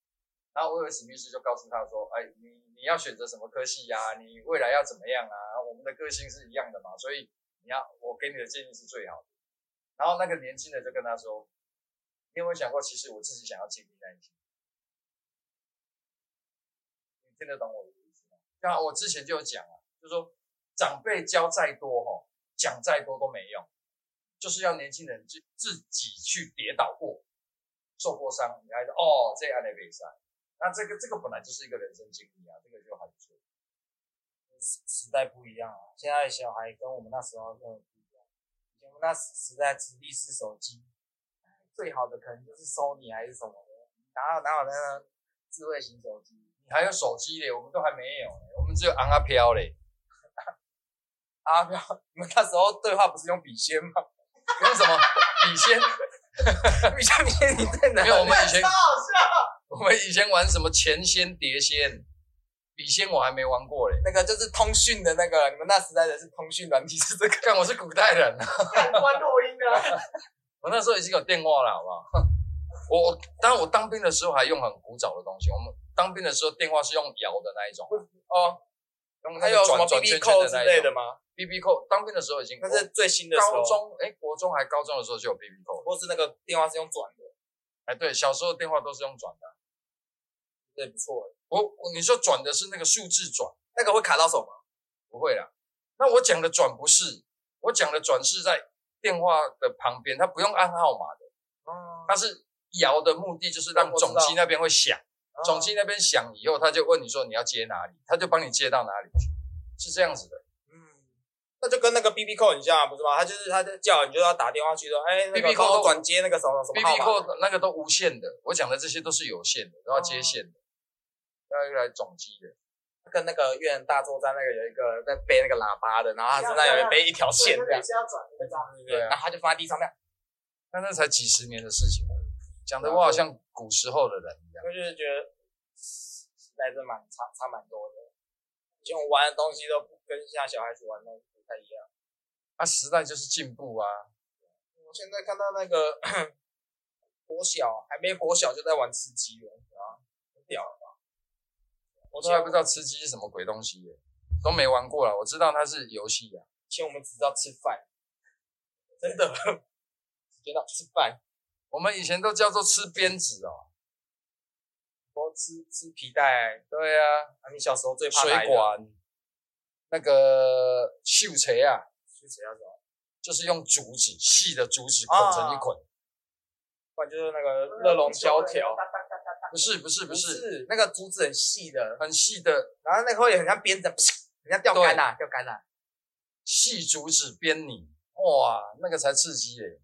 [SPEAKER 1] 然后威尔史密斯就告诉他说：“哎，你你要选择什么科系呀、你未来要怎么样啊？我们的个性是一样的嘛，所以你要我给你的建议是最好的。”然后那个年轻人就跟他说：“你有没有想过，其实我自己想要经历那一天？你听得懂我的意思吗？那我之前就有讲啊，就说长辈教再多哈、讲再多都没用，就是要年轻人自自己去跌倒过、受过伤，你还说哦这样的比赛，那这个这个本来就是一个人生经历啊，这个就还不错。
[SPEAKER 3] 时时代不一样啊，现在的小孩跟我们那时候真的不一样。以前我们那时时代直立式手机，
[SPEAKER 1] 哎
[SPEAKER 3] 最好的可能就是 Sony 还是什么的，哪有哪有那个智慧型手机？
[SPEAKER 1] 你还有手机嘞，我们都还没有嘞，我们只有昂啊飘嘞，
[SPEAKER 3] 啊，不要！你们那时候对话不是用笔仙吗？ <laughs>
[SPEAKER 1] 用什么笔仙？
[SPEAKER 3] 笔仙，笔仙，你在哪
[SPEAKER 1] 没有，我们以前
[SPEAKER 2] 超好笑。
[SPEAKER 1] 我们以前玩什么钱仙、碟仙、笔仙我还没玩过嘞，
[SPEAKER 3] 那个就是通讯的那个，你们那时代的是通讯软体是这个，
[SPEAKER 1] 看我是古代人， <laughs>
[SPEAKER 2] 关录音
[SPEAKER 3] 啊
[SPEAKER 2] 的，
[SPEAKER 1] 我那时候已经有电话了，好不 <laughs> 好？我我当然我当兵的时候还用很古早的东西，我们当兵的时候电话是用摇的那一种，
[SPEAKER 3] 哦，
[SPEAKER 1] 用 <laughs> 那
[SPEAKER 3] 还
[SPEAKER 1] 个
[SPEAKER 3] 有什么
[SPEAKER 1] 转
[SPEAKER 3] B
[SPEAKER 1] 转
[SPEAKER 3] B
[SPEAKER 1] 圈
[SPEAKER 3] Q
[SPEAKER 1] 圈的
[SPEAKER 3] 之
[SPEAKER 1] 那
[SPEAKER 3] 类
[SPEAKER 1] 一
[SPEAKER 3] 的
[SPEAKER 1] 种。
[SPEAKER 3] 吗？
[SPEAKER 1] B B 扣，当兵的时候已经，
[SPEAKER 3] 那是最新的时候，
[SPEAKER 1] 高中哎、国中还高中的时候就有 B B 扣，
[SPEAKER 3] 或是那个电话是用转的，
[SPEAKER 1] 哎，对，小时候电话都是用转的。
[SPEAKER 3] <laughs> 对，不错耶，
[SPEAKER 1] 我我你说转的是那个数字转，
[SPEAKER 3] 那个会卡到手吗？
[SPEAKER 1] 不会啦。那我讲的转不是，我讲的转是在电话的旁边，它不用按号码的，
[SPEAKER 3] 哦
[SPEAKER 1] 它是摇的目的就是让
[SPEAKER 3] 我知道嗯
[SPEAKER 1] 总机那边会响，
[SPEAKER 3] 哦
[SPEAKER 1] 总机那边响以后，他就问你说你要接哪里，他就帮你接到哪里去，是这样子的。
[SPEAKER 3] 嗯，那就跟那个 B B 扣很像啊，不是吗？他就是他在叫你就要打电话去说，哎、那
[SPEAKER 1] BB
[SPEAKER 3] 个
[SPEAKER 1] 扣
[SPEAKER 3] 帮我转接那个什么什
[SPEAKER 1] B
[SPEAKER 3] 么号
[SPEAKER 1] B
[SPEAKER 3] 码，
[SPEAKER 1] 扣那个都无线的，我讲的这些都是有线的，都要
[SPEAKER 3] 哦
[SPEAKER 1] 接线的，要来总机的。
[SPEAKER 3] 跟那个越南大作战那个有一个在背那个喇叭的，然后他身上有背一条线这
[SPEAKER 2] 对，
[SPEAKER 3] 样，
[SPEAKER 2] 是要转的，这样
[SPEAKER 3] 对
[SPEAKER 1] 对啊
[SPEAKER 3] 然后他就放在地上那样，
[SPEAKER 1] 但那才几十年的事情而已，讲的我好像古时候的人一样。
[SPEAKER 3] 我就是觉得时代真蛮差差蛮多的，以前我玩的东西都不跟现在小孩子玩的东西不太一样。
[SPEAKER 1] 啊，时代就是进步啊，
[SPEAKER 3] 我现在看到那个 <clears throat> 国小还没国小就在玩吃鸡了，啊，很屌了吧？
[SPEAKER 1] 我
[SPEAKER 3] 我
[SPEAKER 1] 都还不知道吃鸡是啊什么鬼东西耶，都没玩过了。我知道它是游戏啊，
[SPEAKER 3] 以前我们只知道吃饭，真的，只知道吃饭，
[SPEAKER 1] 我们以前都叫做吃鞭子哦。
[SPEAKER 3] 我吃吃皮带。
[SPEAKER 1] 对啊，
[SPEAKER 3] 啊，你啊小时候最怕哪
[SPEAKER 1] 水
[SPEAKER 3] 一个？
[SPEAKER 1] 管，那个秀锤啊，
[SPEAKER 3] 是谁要什么？
[SPEAKER 1] 就是用竹子细的竹子捆成一捆。
[SPEAKER 3] 不然就是那个热熔胶条，
[SPEAKER 1] 不是不是不是，
[SPEAKER 3] 是那个竹子很细的，
[SPEAKER 1] 很细的
[SPEAKER 3] 然后那个会很像鞭子，很像钓竿呐、啊，钓竿呐、啊。
[SPEAKER 1] 细竹子编你，哇，那个才刺激耶、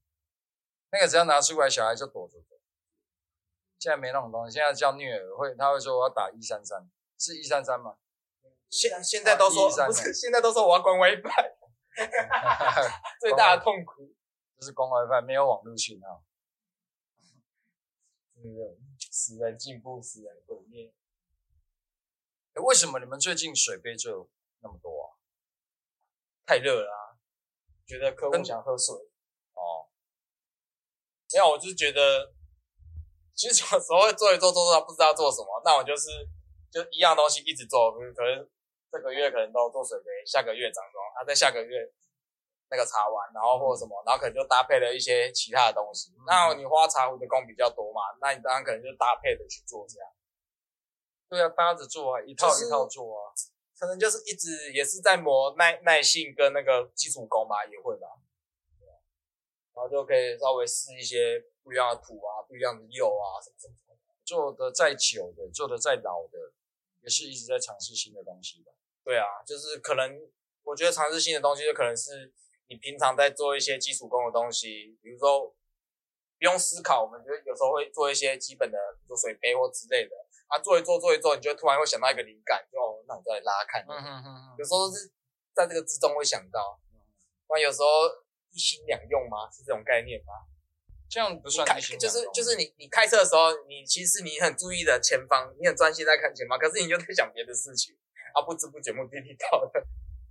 [SPEAKER 1] 那个只要拿出来，小孩就躲着走。现在没那种东西，现在叫虐儿会，他会说我要打一三三，是一三三 <laughs> 吗？
[SPEAKER 3] 现现在都说
[SPEAKER 1] 啊一三
[SPEAKER 3] 不是，现在都说我要关 WiFi，最大的痛苦。
[SPEAKER 1] 就是光 WiFi 没有网络信号。
[SPEAKER 3] 真的，使人进步，使人毁灭。
[SPEAKER 1] 诶为什么你们最近水杯就那么多啊？
[SPEAKER 3] 太热了、啊，觉得客户
[SPEAKER 1] 跟
[SPEAKER 3] 想喝水。
[SPEAKER 1] 哦，
[SPEAKER 3] 没有，我就是觉得，其实有时候会做一做做做到不知道做什么，那我就是就一样东西一直做，比嗯如可能这个月可能都做水杯，下个月掌妆，啊，在下个月那个茶碗，然后或者什么，然后可能就搭配了一些其他的东西。那你花茶壶的工比较多嘛，那你当然可能就搭配的去做这样。
[SPEAKER 1] 对啊，搭着做啊，一套
[SPEAKER 3] 就是
[SPEAKER 1] 一套做啊。
[SPEAKER 3] 可能就是一直也是在磨耐耐性跟那个基础功吧，也会吧。对啊然后就可以稍微试一些不一样的土啊，不一样的釉啊，什么什么什么。
[SPEAKER 1] 做的再久的，做的再老的，也是一直在尝试新的东西吧。
[SPEAKER 3] 对啊，就是可能我觉得尝试新的东西，就可能是你平常在做一些基础功的东西，比如说不用思考，我们就有时候会做一些基本的，比如说水杯或之类的。啊，做一做做一做，你就会突然会想到一个灵感，就哦，那我再来拉看。
[SPEAKER 1] 嗯哼哼哼，
[SPEAKER 3] 有时候是在这个之中会想到，那有时候一心两用吗？是这种概念吗？
[SPEAKER 1] 这样不算
[SPEAKER 3] 开
[SPEAKER 1] 一心
[SPEAKER 3] 就
[SPEAKER 1] 两
[SPEAKER 3] 是
[SPEAKER 1] 用
[SPEAKER 3] 就是你你开车的时候，你其实你很注意的前方，你很专心在看前方，可是你就在想别的事情，啊，不知不觉目的地到了。 <laughs>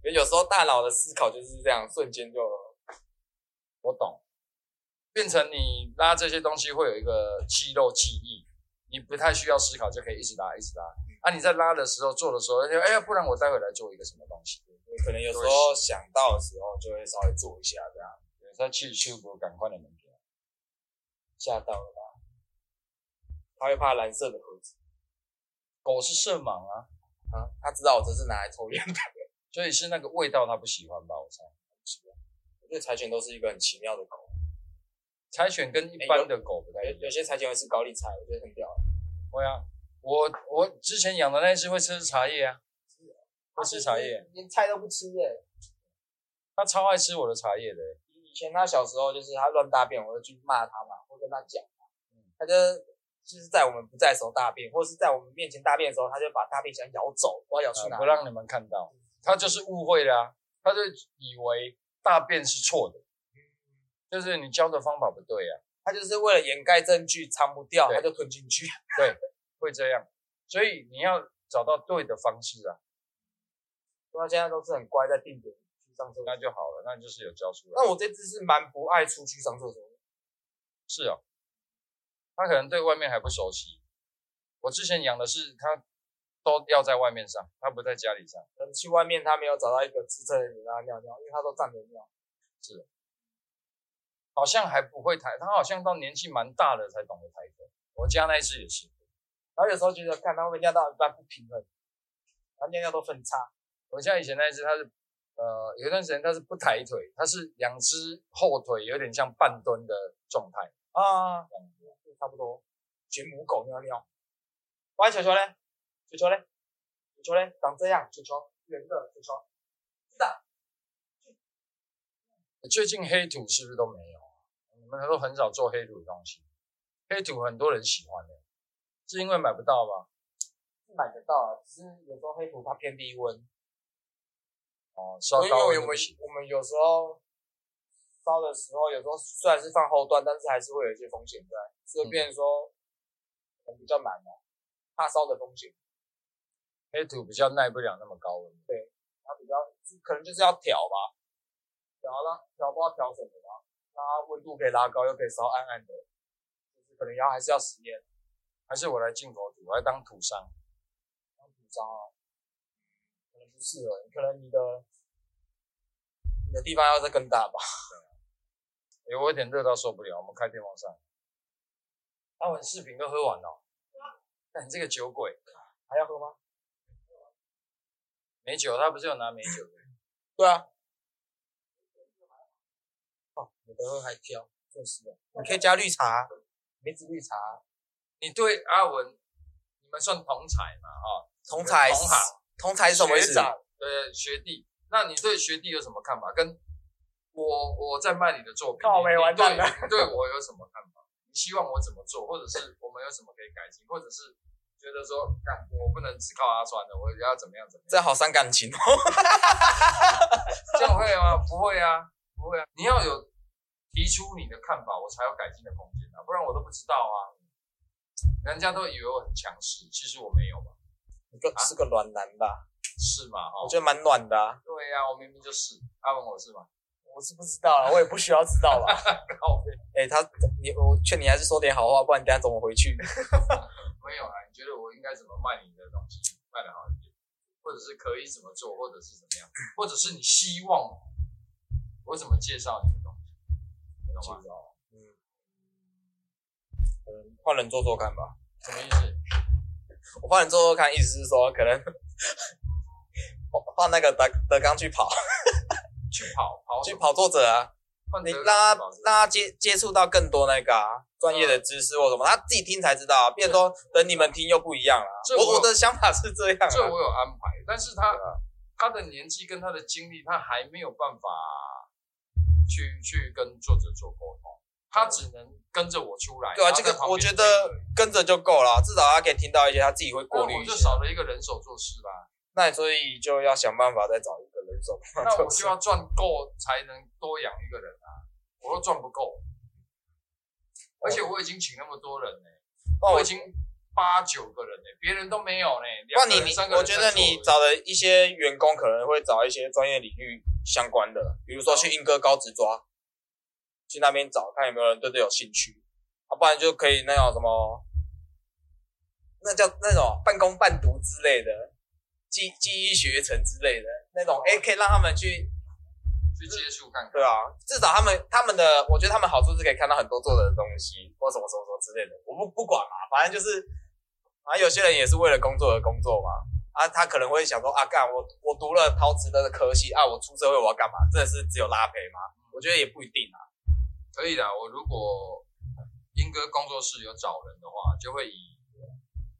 [SPEAKER 3] 有有时候大脑的思考就是这样，瞬间就
[SPEAKER 1] 我懂，变成你拉这些东西会有一个肌肉记忆，你不太需要思考就可以一直拉一直拉。啊，你在拉的时候做的时候，就哎呀，不然我待会来做一个什么东西，
[SPEAKER 3] 可能有时候想到的时候就会稍微做一下这样，
[SPEAKER 1] 对，再去去补赶快的能力。
[SPEAKER 3] 吓到了吧？他会怕蓝色的盒子
[SPEAKER 1] 狗是色盲啊，
[SPEAKER 3] 啊，他知道我这是拿来抽烟的。 <laughs>
[SPEAKER 1] 所以是那个味道它不喜欢吧？我猜。
[SPEAKER 3] 我觉得柴犬都是一个很奇妙的狗。
[SPEAKER 1] 柴犬跟一般的狗不太
[SPEAKER 3] 有
[SPEAKER 1] 一
[SPEAKER 3] 有
[SPEAKER 1] 样。
[SPEAKER 3] 些柴犬会吃高丽菜，我觉得很屌。
[SPEAKER 1] 会啊，我我之前养的那一只会吃茶叶啊，会吃茶叶，，
[SPEAKER 3] 连菜都不吃哎、
[SPEAKER 1] 它超爱吃我的茶叶的欸、
[SPEAKER 3] 以前他小时候就是他乱大便，我就去骂他嘛，或跟他讲嘛
[SPEAKER 1] 嗯，
[SPEAKER 3] 他就就是在我们不在的时候大便，或是在我们面前大便的时候，他就把大便想咬走，不知道咬去
[SPEAKER 1] 啊
[SPEAKER 3] 哪
[SPEAKER 1] 不
[SPEAKER 3] 里。
[SPEAKER 1] 让你们看到，它就是误会啦、它就以为大便是错的，就是你教的方法不对啊，
[SPEAKER 3] 他就是为了掩盖证据藏不掉，
[SPEAKER 1] 对
[SPEAKER 3] <laughs> 他就吞进去。
[SPEAKER 1] 会这样，所以你要找到对的方式啊，
[SPEAKER 3] 那现在都是很乖，在定点去上厕所。
[SPEAKER 1] 那就好了，那就是有教出来。
[SPEAKER 3] 那我这次是蛮不爱出去上厕所的，
[SPEAKER 1] 是哦，他可能对外面还不熟悉。我之前养的是他都要在外面上，他不在家里上。
[SPEAKER 3] 可能去外面他没有找到一个支撑的人让他尿尿，因为他都站着尿。
[SPEAKER 1] 好像还不会抬，他好像到年纪蛮大了才懂得抬腿。我家那一只也是，
[SPEAKER 3] 然后有时候觉得看他会不会尿到一半不平衡，然后尿尿都分叉，
[SPEAKER 1] 我家以前那一只它是，呃，有一段时间它是不抬腿，它是两只后腿有点像半蹲的状态。
[SPEAKER 3] 啊，差不多。学母狗尿尿。喂，球球嘞？球球嘞？球球嘞？长这样，球球圆的，球球。
[SPEAKER 1] 最近黑土是不是都没有啊？你们都很少做黑土的东西，黑土很多人喜欢的，是因为买不到吗？
[SPEAKER 3] 是买得到啊，只是有时候黑土它偏低温，
[SPEAKER 1] 哦，
[SPEAKER 3] 因
[SPEAKER 1] 烧
[SPEAKER 3] 为
[SPEAKER 1] 高
[SPEAKER 3] 我
[SPEAKER 1] 温
[SPEAKER 3] 们
[SPEAKER 1] 就不行。
[SPEAKER 3] 我们有时候烧的时候，有时候虽然是放后段，但是还是会有一些风险在，所以变成说我们比较难的、怕烧的风险，
[SPEAKER 1] 黑土比较耐不了那么高温。
[SPEAKER 3] 它比较可能就是要调吧，调让调不知道调什么吧，让它温度可以拉高，又可以烧暗暗的，就是可能要还是要实验
[SPEAKER 1] 还是我来进口土，我来当土商。
[SPEAKER 3] 主张啊，可能不适合，可能你的你的地方要再更大吧。
[SPEAKER 1] 哎、我有点热到受不了，我们开电风扇。阿文视频都喝完了、那你这个酒鬼，
[SPEAKER 3] 还要喝吗？
[SPEAKER 1] 美酒他不是有拿美酒的？
[SPEAKER 3] 对啊。哦，有的喝还挑，确实啊。你可以加绿茶，梅子绿茶，
[SPEAKER 1] 你对阿文，你们算同才嘛？哈、
[SPEAKER 3] 同才
[SPEAKER 1] 同行，
[SPEAKER 3] 同才是什么意思
[SPEAKER 1] 学？长对学弟，那你对学弟有什么看法？跟我我在卖你的作品，
[SPEAKER 2] 靠北
[SPEAKER 1] 你
[SPEAKER 2] 完蛋了
[SPEAKER 1] 对你对我有什么看法？ <laughs> 你希望我怎么做，或者是我们有什么可以改进，或者是觉得说，干我不能只靠阿川的，我要怎么样怎么样？
[SPEAKER 3] 这好伤感情哦。
[SPEAKER 1] 这样会吗？不会啊，不会啊。你要有提出你的看法，我才有改进的空间啊，不然我都不知道啊。人家都以为我很强势，其实我没有嘛，
[SPEAKER 3] 你个是个暖男吧？
[SPEAKER 1] 是嘛？哈、
[SPEAKER 3] 我觉得蛮暖的啊。
[SPEAKER 1] 对呀、我明明就是阿文，我是 <laughs> 嘛？
[SPEAKER 2] 我是不知道了，我也不需要知道吧。
[SPEAKER 1] 靠背
[SPEAKER 3] 哎、他你我劝你还是说点好话，不然等下怎么回去？
[SPEAKER 1] 没有啦。你觉得我应该怎么卖你的东西，卖的好一点，或者是可以怎么做，或者是怎么样，或者是你希望我怎么介绍你的东西，你懂吗？
[SPEAKER 3] 嗯，换人做做看吧。
[SPEAKER 1] 什么意思？
[SPEAKER 3] 我换人做做看，意思是说可能换那个德德刚去跑，
[SPEAKER 1] 去跑跑
[SPEAKER 3] 去跑作者啊。
[SPEAKER 1] 换
[SPEAKER 3] 你
[SPEAKER 1] 得
[SPEAKER 3] 让他
[SPEAKER 1] 个
[SPEAKER 3] 让
[SPEAKER 1] 跑者
[SPEAKER 3] 他接接触到更多那个啊专、业的知识或什么，他自己听才知道啊。变成说等你们听又不一样了啊。
[SPEAKER 1] 这我
[SPEAKER 3] 我我的想法是这样、
[SPEAKER 1] 这
[SPEAKER 3] 啊，
[SPEAKER 1] 我有安排，但是他、他的年纪跟他的经历，他还没有办法去去跟作者做沟通，他只能跟着我出来。
[SPEAKER 3] 对啊，
[SPEAKER 1] 然后
[SPEAKER 3] 这
[SPEAKER 1] 在
[SPEAKER 3] 个
[SPEAKER 1] 旁边
[SPEAKER 3] 我觉
[SPEAKER 1] 听
[SPEAKER 3] 得
[SPEAKER 1] 而已
[SPEAKER 3] 跟着就够了啊，至少他可以听到一些，他自己会过
[SPEAKER 1] 那
[SPEAKER 3] 滤
[SPEAKER 1] 我
[SPEAKER 3] 一
[SPEAKER 1] 就
[SPEAKER 3] 些。
[SPEAKER 1] 少了一个人手做事啦，
[SPEAKER 3] 那所以就要想办法再找一个人手。 <laughs>
[SPEAKER 1] 那我就要赚够才能多养一个人啊，我都赚不够，而且我已经请那么多人呢、
[SPEAKER 3] 哇，
[SPEAKER 1] 我
[SPEAKER 3] 哦我
[SPEAKER 1] 已经八九个人呢、别人都没有呢、
[SPEAKER 3] 哇
[SPEAKER 1] 两
[SPEAKER 3] 你
[SPEAKER 1] 个人
[SPEAKER 3] 你
[SPEAKER 1] 三，个人
[SPEAKER 3] 我觉得你找的一些员工可能会找一些专业领域相关的，比如
[SPEAKER 1] 嗯
[SPEAKER 3] 说去英歌高职抓，去那边找看有没有人对这有兴趣，啊，不然就可以那种什么，那叫那种半工半读之类的，记记忆学程之类的那种，哎、可以让他们去，
[SPEAKER 1] 去接触看看。
[SPEAKER 3] 对啊，至少他们他们的，我觉得他们好处是可以看到很多做的东西或什么什么什么之类的，我不不管嘛，反正就是，反正有些人也是为了工作而工作嘛。啊，他可能会想说啊，干我我读了陶瓷的科系啊，我出社会我要干嘛？真的是只有拉胚吗？我觉得也不一定啊。
[SPEAKER 1] 可以的，我如果英哥工作室有找人的话，就会以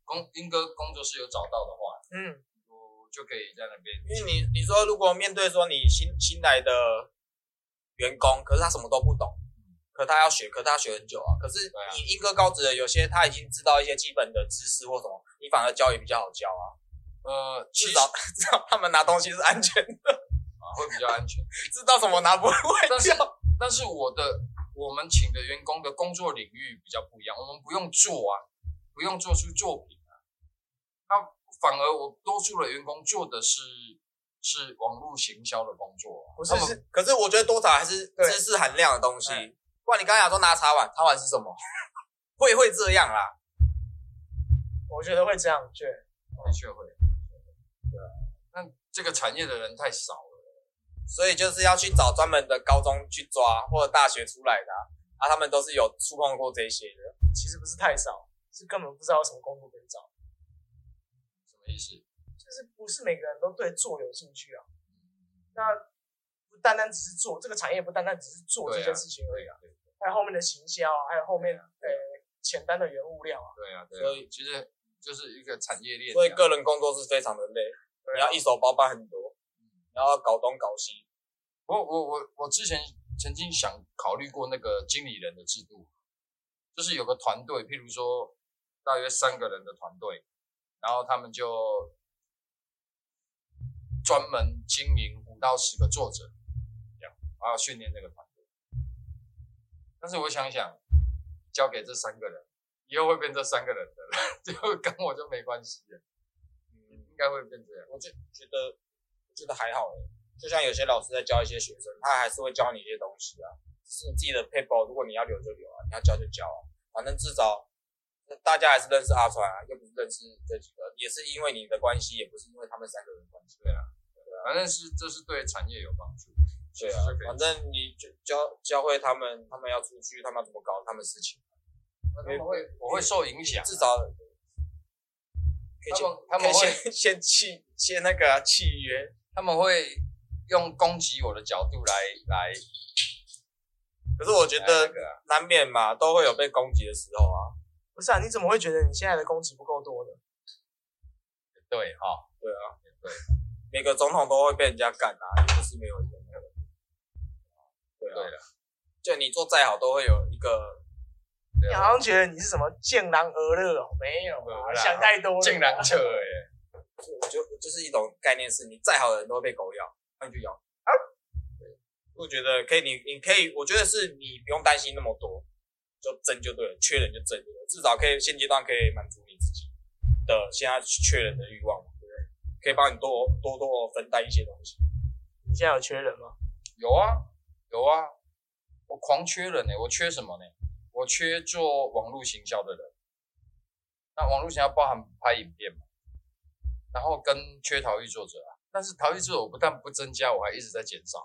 [SPEAKER 1] 工英哥工作室有找到的话，
[SPEAKER 3] 嗯，
[SPEAKER 1] 我就可以在那边。
[SPEAKER 3] 因为你你说如果面对说你新新来的员工，可是他什么都不懂，可他要学，可他学很久啊。可是
[SPEAKER 1] 对啊
[SPEAKER 3] 你英歌高职的有些他已经知道一些基本的知识或什么，你反而教也比较好教啊。
[SPEAKER 1] 呃，
[SPEAKER 3] 至
[SPEAKER 1] 至
[SPEAKER 3] 少 <laughs> 至少他们拿东西是安全 <laughs> 的，
[SPEAKER 1] 会比较安全。
[SPEAKER 3] 知道什么拿不会
[SPEAKER 1] <laughs> 但是
[SPEAKER 3] 掉。
[SPEAKER 1] 但是我的我们请的员工的工作领域比较不一样，我们不用做啊，不用做出作品啊，他反而我多数的员工做的是是网络行销的工作啊、
[SPEAKER 2] 不是
[SPEAKER 1] 他们
[SPEAKER 2] 是
[SPEAKER 3] 可是我觉得多少还是
[SPEAKER 2] 对
[SPEAKER 3] 知识含量的东西
[SPEAKER 2] 哎。
[SPEAKER 3] 不然你刚才讲说拿茶碗，茶碗是什么？会会这样啦，
[SPEAKER 2] 我觉得会这样，对，
[SPEAKER 1] 的确会，啊对啊，那这个产业的人太少了，
[SPEAKER 3] 所以就是要去找专门的高中去抓，或者大学出来的啊，啊他们都是有触碰过这些的。
[SPEAKER 2] 其实不是太少，是根本不知道有什么工作可以找，
[SPEAKER 1] 什么意思？
[SPEAKER 2] 就是不是每个人都对做有兴趣啊。
[SPEAKER 1] 嗯
[SPEAKER 2] 那不单单只是做这个产业，不单单只是做这
[SPEAKER 1] 对啊
[SPEAKER 2] 件事情而已
[SPEAKER 1] 对
[SPEAKER 2] 啊，
[SPEAKER 1] 啊，对
[SPEAKER 2] 还有后面的行销啊，还有后面呃简单的原物料啊，
[SPEAKER 1] 对啊，对啊，
[SPEAKER 3] 所以
[SPEAKER 1] 其实就是一个产业链这样，
[SPEAKER 3] 所以个人工作是非常的累，
[SPEAKER 1] 啊
[SPEAKER 3] 你要一手包办很多，然后搞东搞西。
[SPEAKER 1] 我我我我之前曾经想考虑过那个经理人的制度，就是有个团队，譬如说大约三个人的团队，然后他们就专门经营五到十个作者，这样，然后训练那个团队。但是我想想，交给这三个人，以后会变这三个人的了， <laughs> 就跟我就没关系了，
[SPEAKER 3] 嗯，
[SPEAKER 1] 应该会变这样。
[SPEAKER 3] 我就觉得觉得还好欸就像有些老师在教一些学生，他还是会教你一些东西啊，是你自己的 paper，如果你要留就留啊，你要教就教啊，反正至少大家还是认识阿川啊，又不是认识这几个，也是因为你的关系，也不是因为他们三个人的关系。
[SPEAKER 1] 对啊，反正是这是对产业有帮助。其实
[SPEAKER 3] 对啊
[SPEAKER 1] 就可以，
[SPEAKER 3] 反正你就教教会他们，他们要出去，他们要怎么搞他们事情，
[SPEAKER 1] 他们会我会受影响啊，
[SPEAKER 3] 至少可
[SPEAKER 1] 他
[SPEAKER 3] 以先
[SPEAKER 1] 们他们
[SPEAKER 3] 可以
[SPEAKER 1] 会
[SPEAKER 3] 先先契先那个啊契约，
[SPEAKER 1] 他们会用攻击我的角度来来
[SPEAKER 3] 可是我觉
[SPEAKER 1] 来那
[SPEAKER 3] 得
[SPEAKER 1] 个啊
[SPEAKER 3] 难免嘛，都会有被攻击的时候啊。
[SPEAKER 2] 不是啊？你怎么会觉得你现在的工资不够多呢？
[SPEAKER 1] 对哈，
[SPEAKER 3] 对啊，对，每个总统都会被人家干啊，也不是没有人那个。对
[SPEAKER 1] 对
[SPEAKER 3] 啊，
[SPEAKER 1] 了，
[SPEAKER 3] 就你做再好，都会有一个
[SPEAKER 1] 对
[SPEAKER 2] 你
[SPEAKER 1] 啊
[SPEAKER 2] 好像觉得你是什么健狼而乐哦，没有啊，
[SPEAKER 1] 没有啦
[SPEAKER 2] 想太多了。
[SPEAKER 1] 竟然扯耶，
[SPEAKER 3] 我就就是一种概念是，你再好的人都会被狗咬，那你就咬啊。对我觉得可以，你你可以，我觉得是你不用担心那么多，就争就对了，缺人就争就对了，至少可以现阶段可以满足你自己的现在缺人的欲望嘛，对不对？可以帮你多多多分担一些东西。
[SPEAKER 2] 你现在有缺人吗？
[SPEAKER 1] 有啊有啊，我狂缺人呢，我缺什么呢？我缺做网络行销的人，那网络行销包含拍影片嘛，然后跟缺逃逸作者啊，但是逃逸作者我不但不增加，我还一直在减少。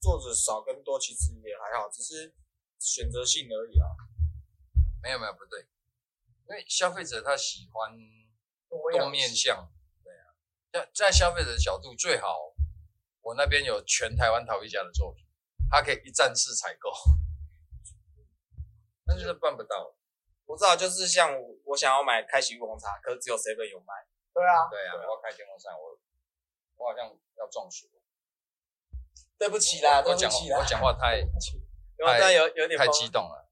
[SPEAKER 3] 作者少跟多其实也还好，只是选择性而已啊。
[SPEAKER 1] 没有没有不对，因为消费者他喜欢
[SPEAKER 2] 我
[SPEAKER 1] 多面向，对啊，在在消费者的角度最好，我那边有全台湾陶艺家的作品，他可以一站式采购，但是办不到，
[SPEAKER 3] 我知道，就是像我我想要买开禧乌龙茶，可是只有 seven 有卖，
[SPEAKER 2] 对啊，
[SPEAKER 1] 对啊，
[SPEAKER 3] 对啊
[SPEAKER 1] 我要开电风扇，我我好像要中暑，
[SPEAKER 3] 对不起啦，对
[SPEAKER 1] 我
[SPEAKER 3] 不
[SPEAKER 1] 讲
[SPEAKER 3] 起啦
[SPEAKER 1] 我，讲话太
[SPEAKER 3] 因为我真的有有点
[SPEAKER 1] 太
[SPEAKER 3] 疯
[SPEAKER 1] 激动了。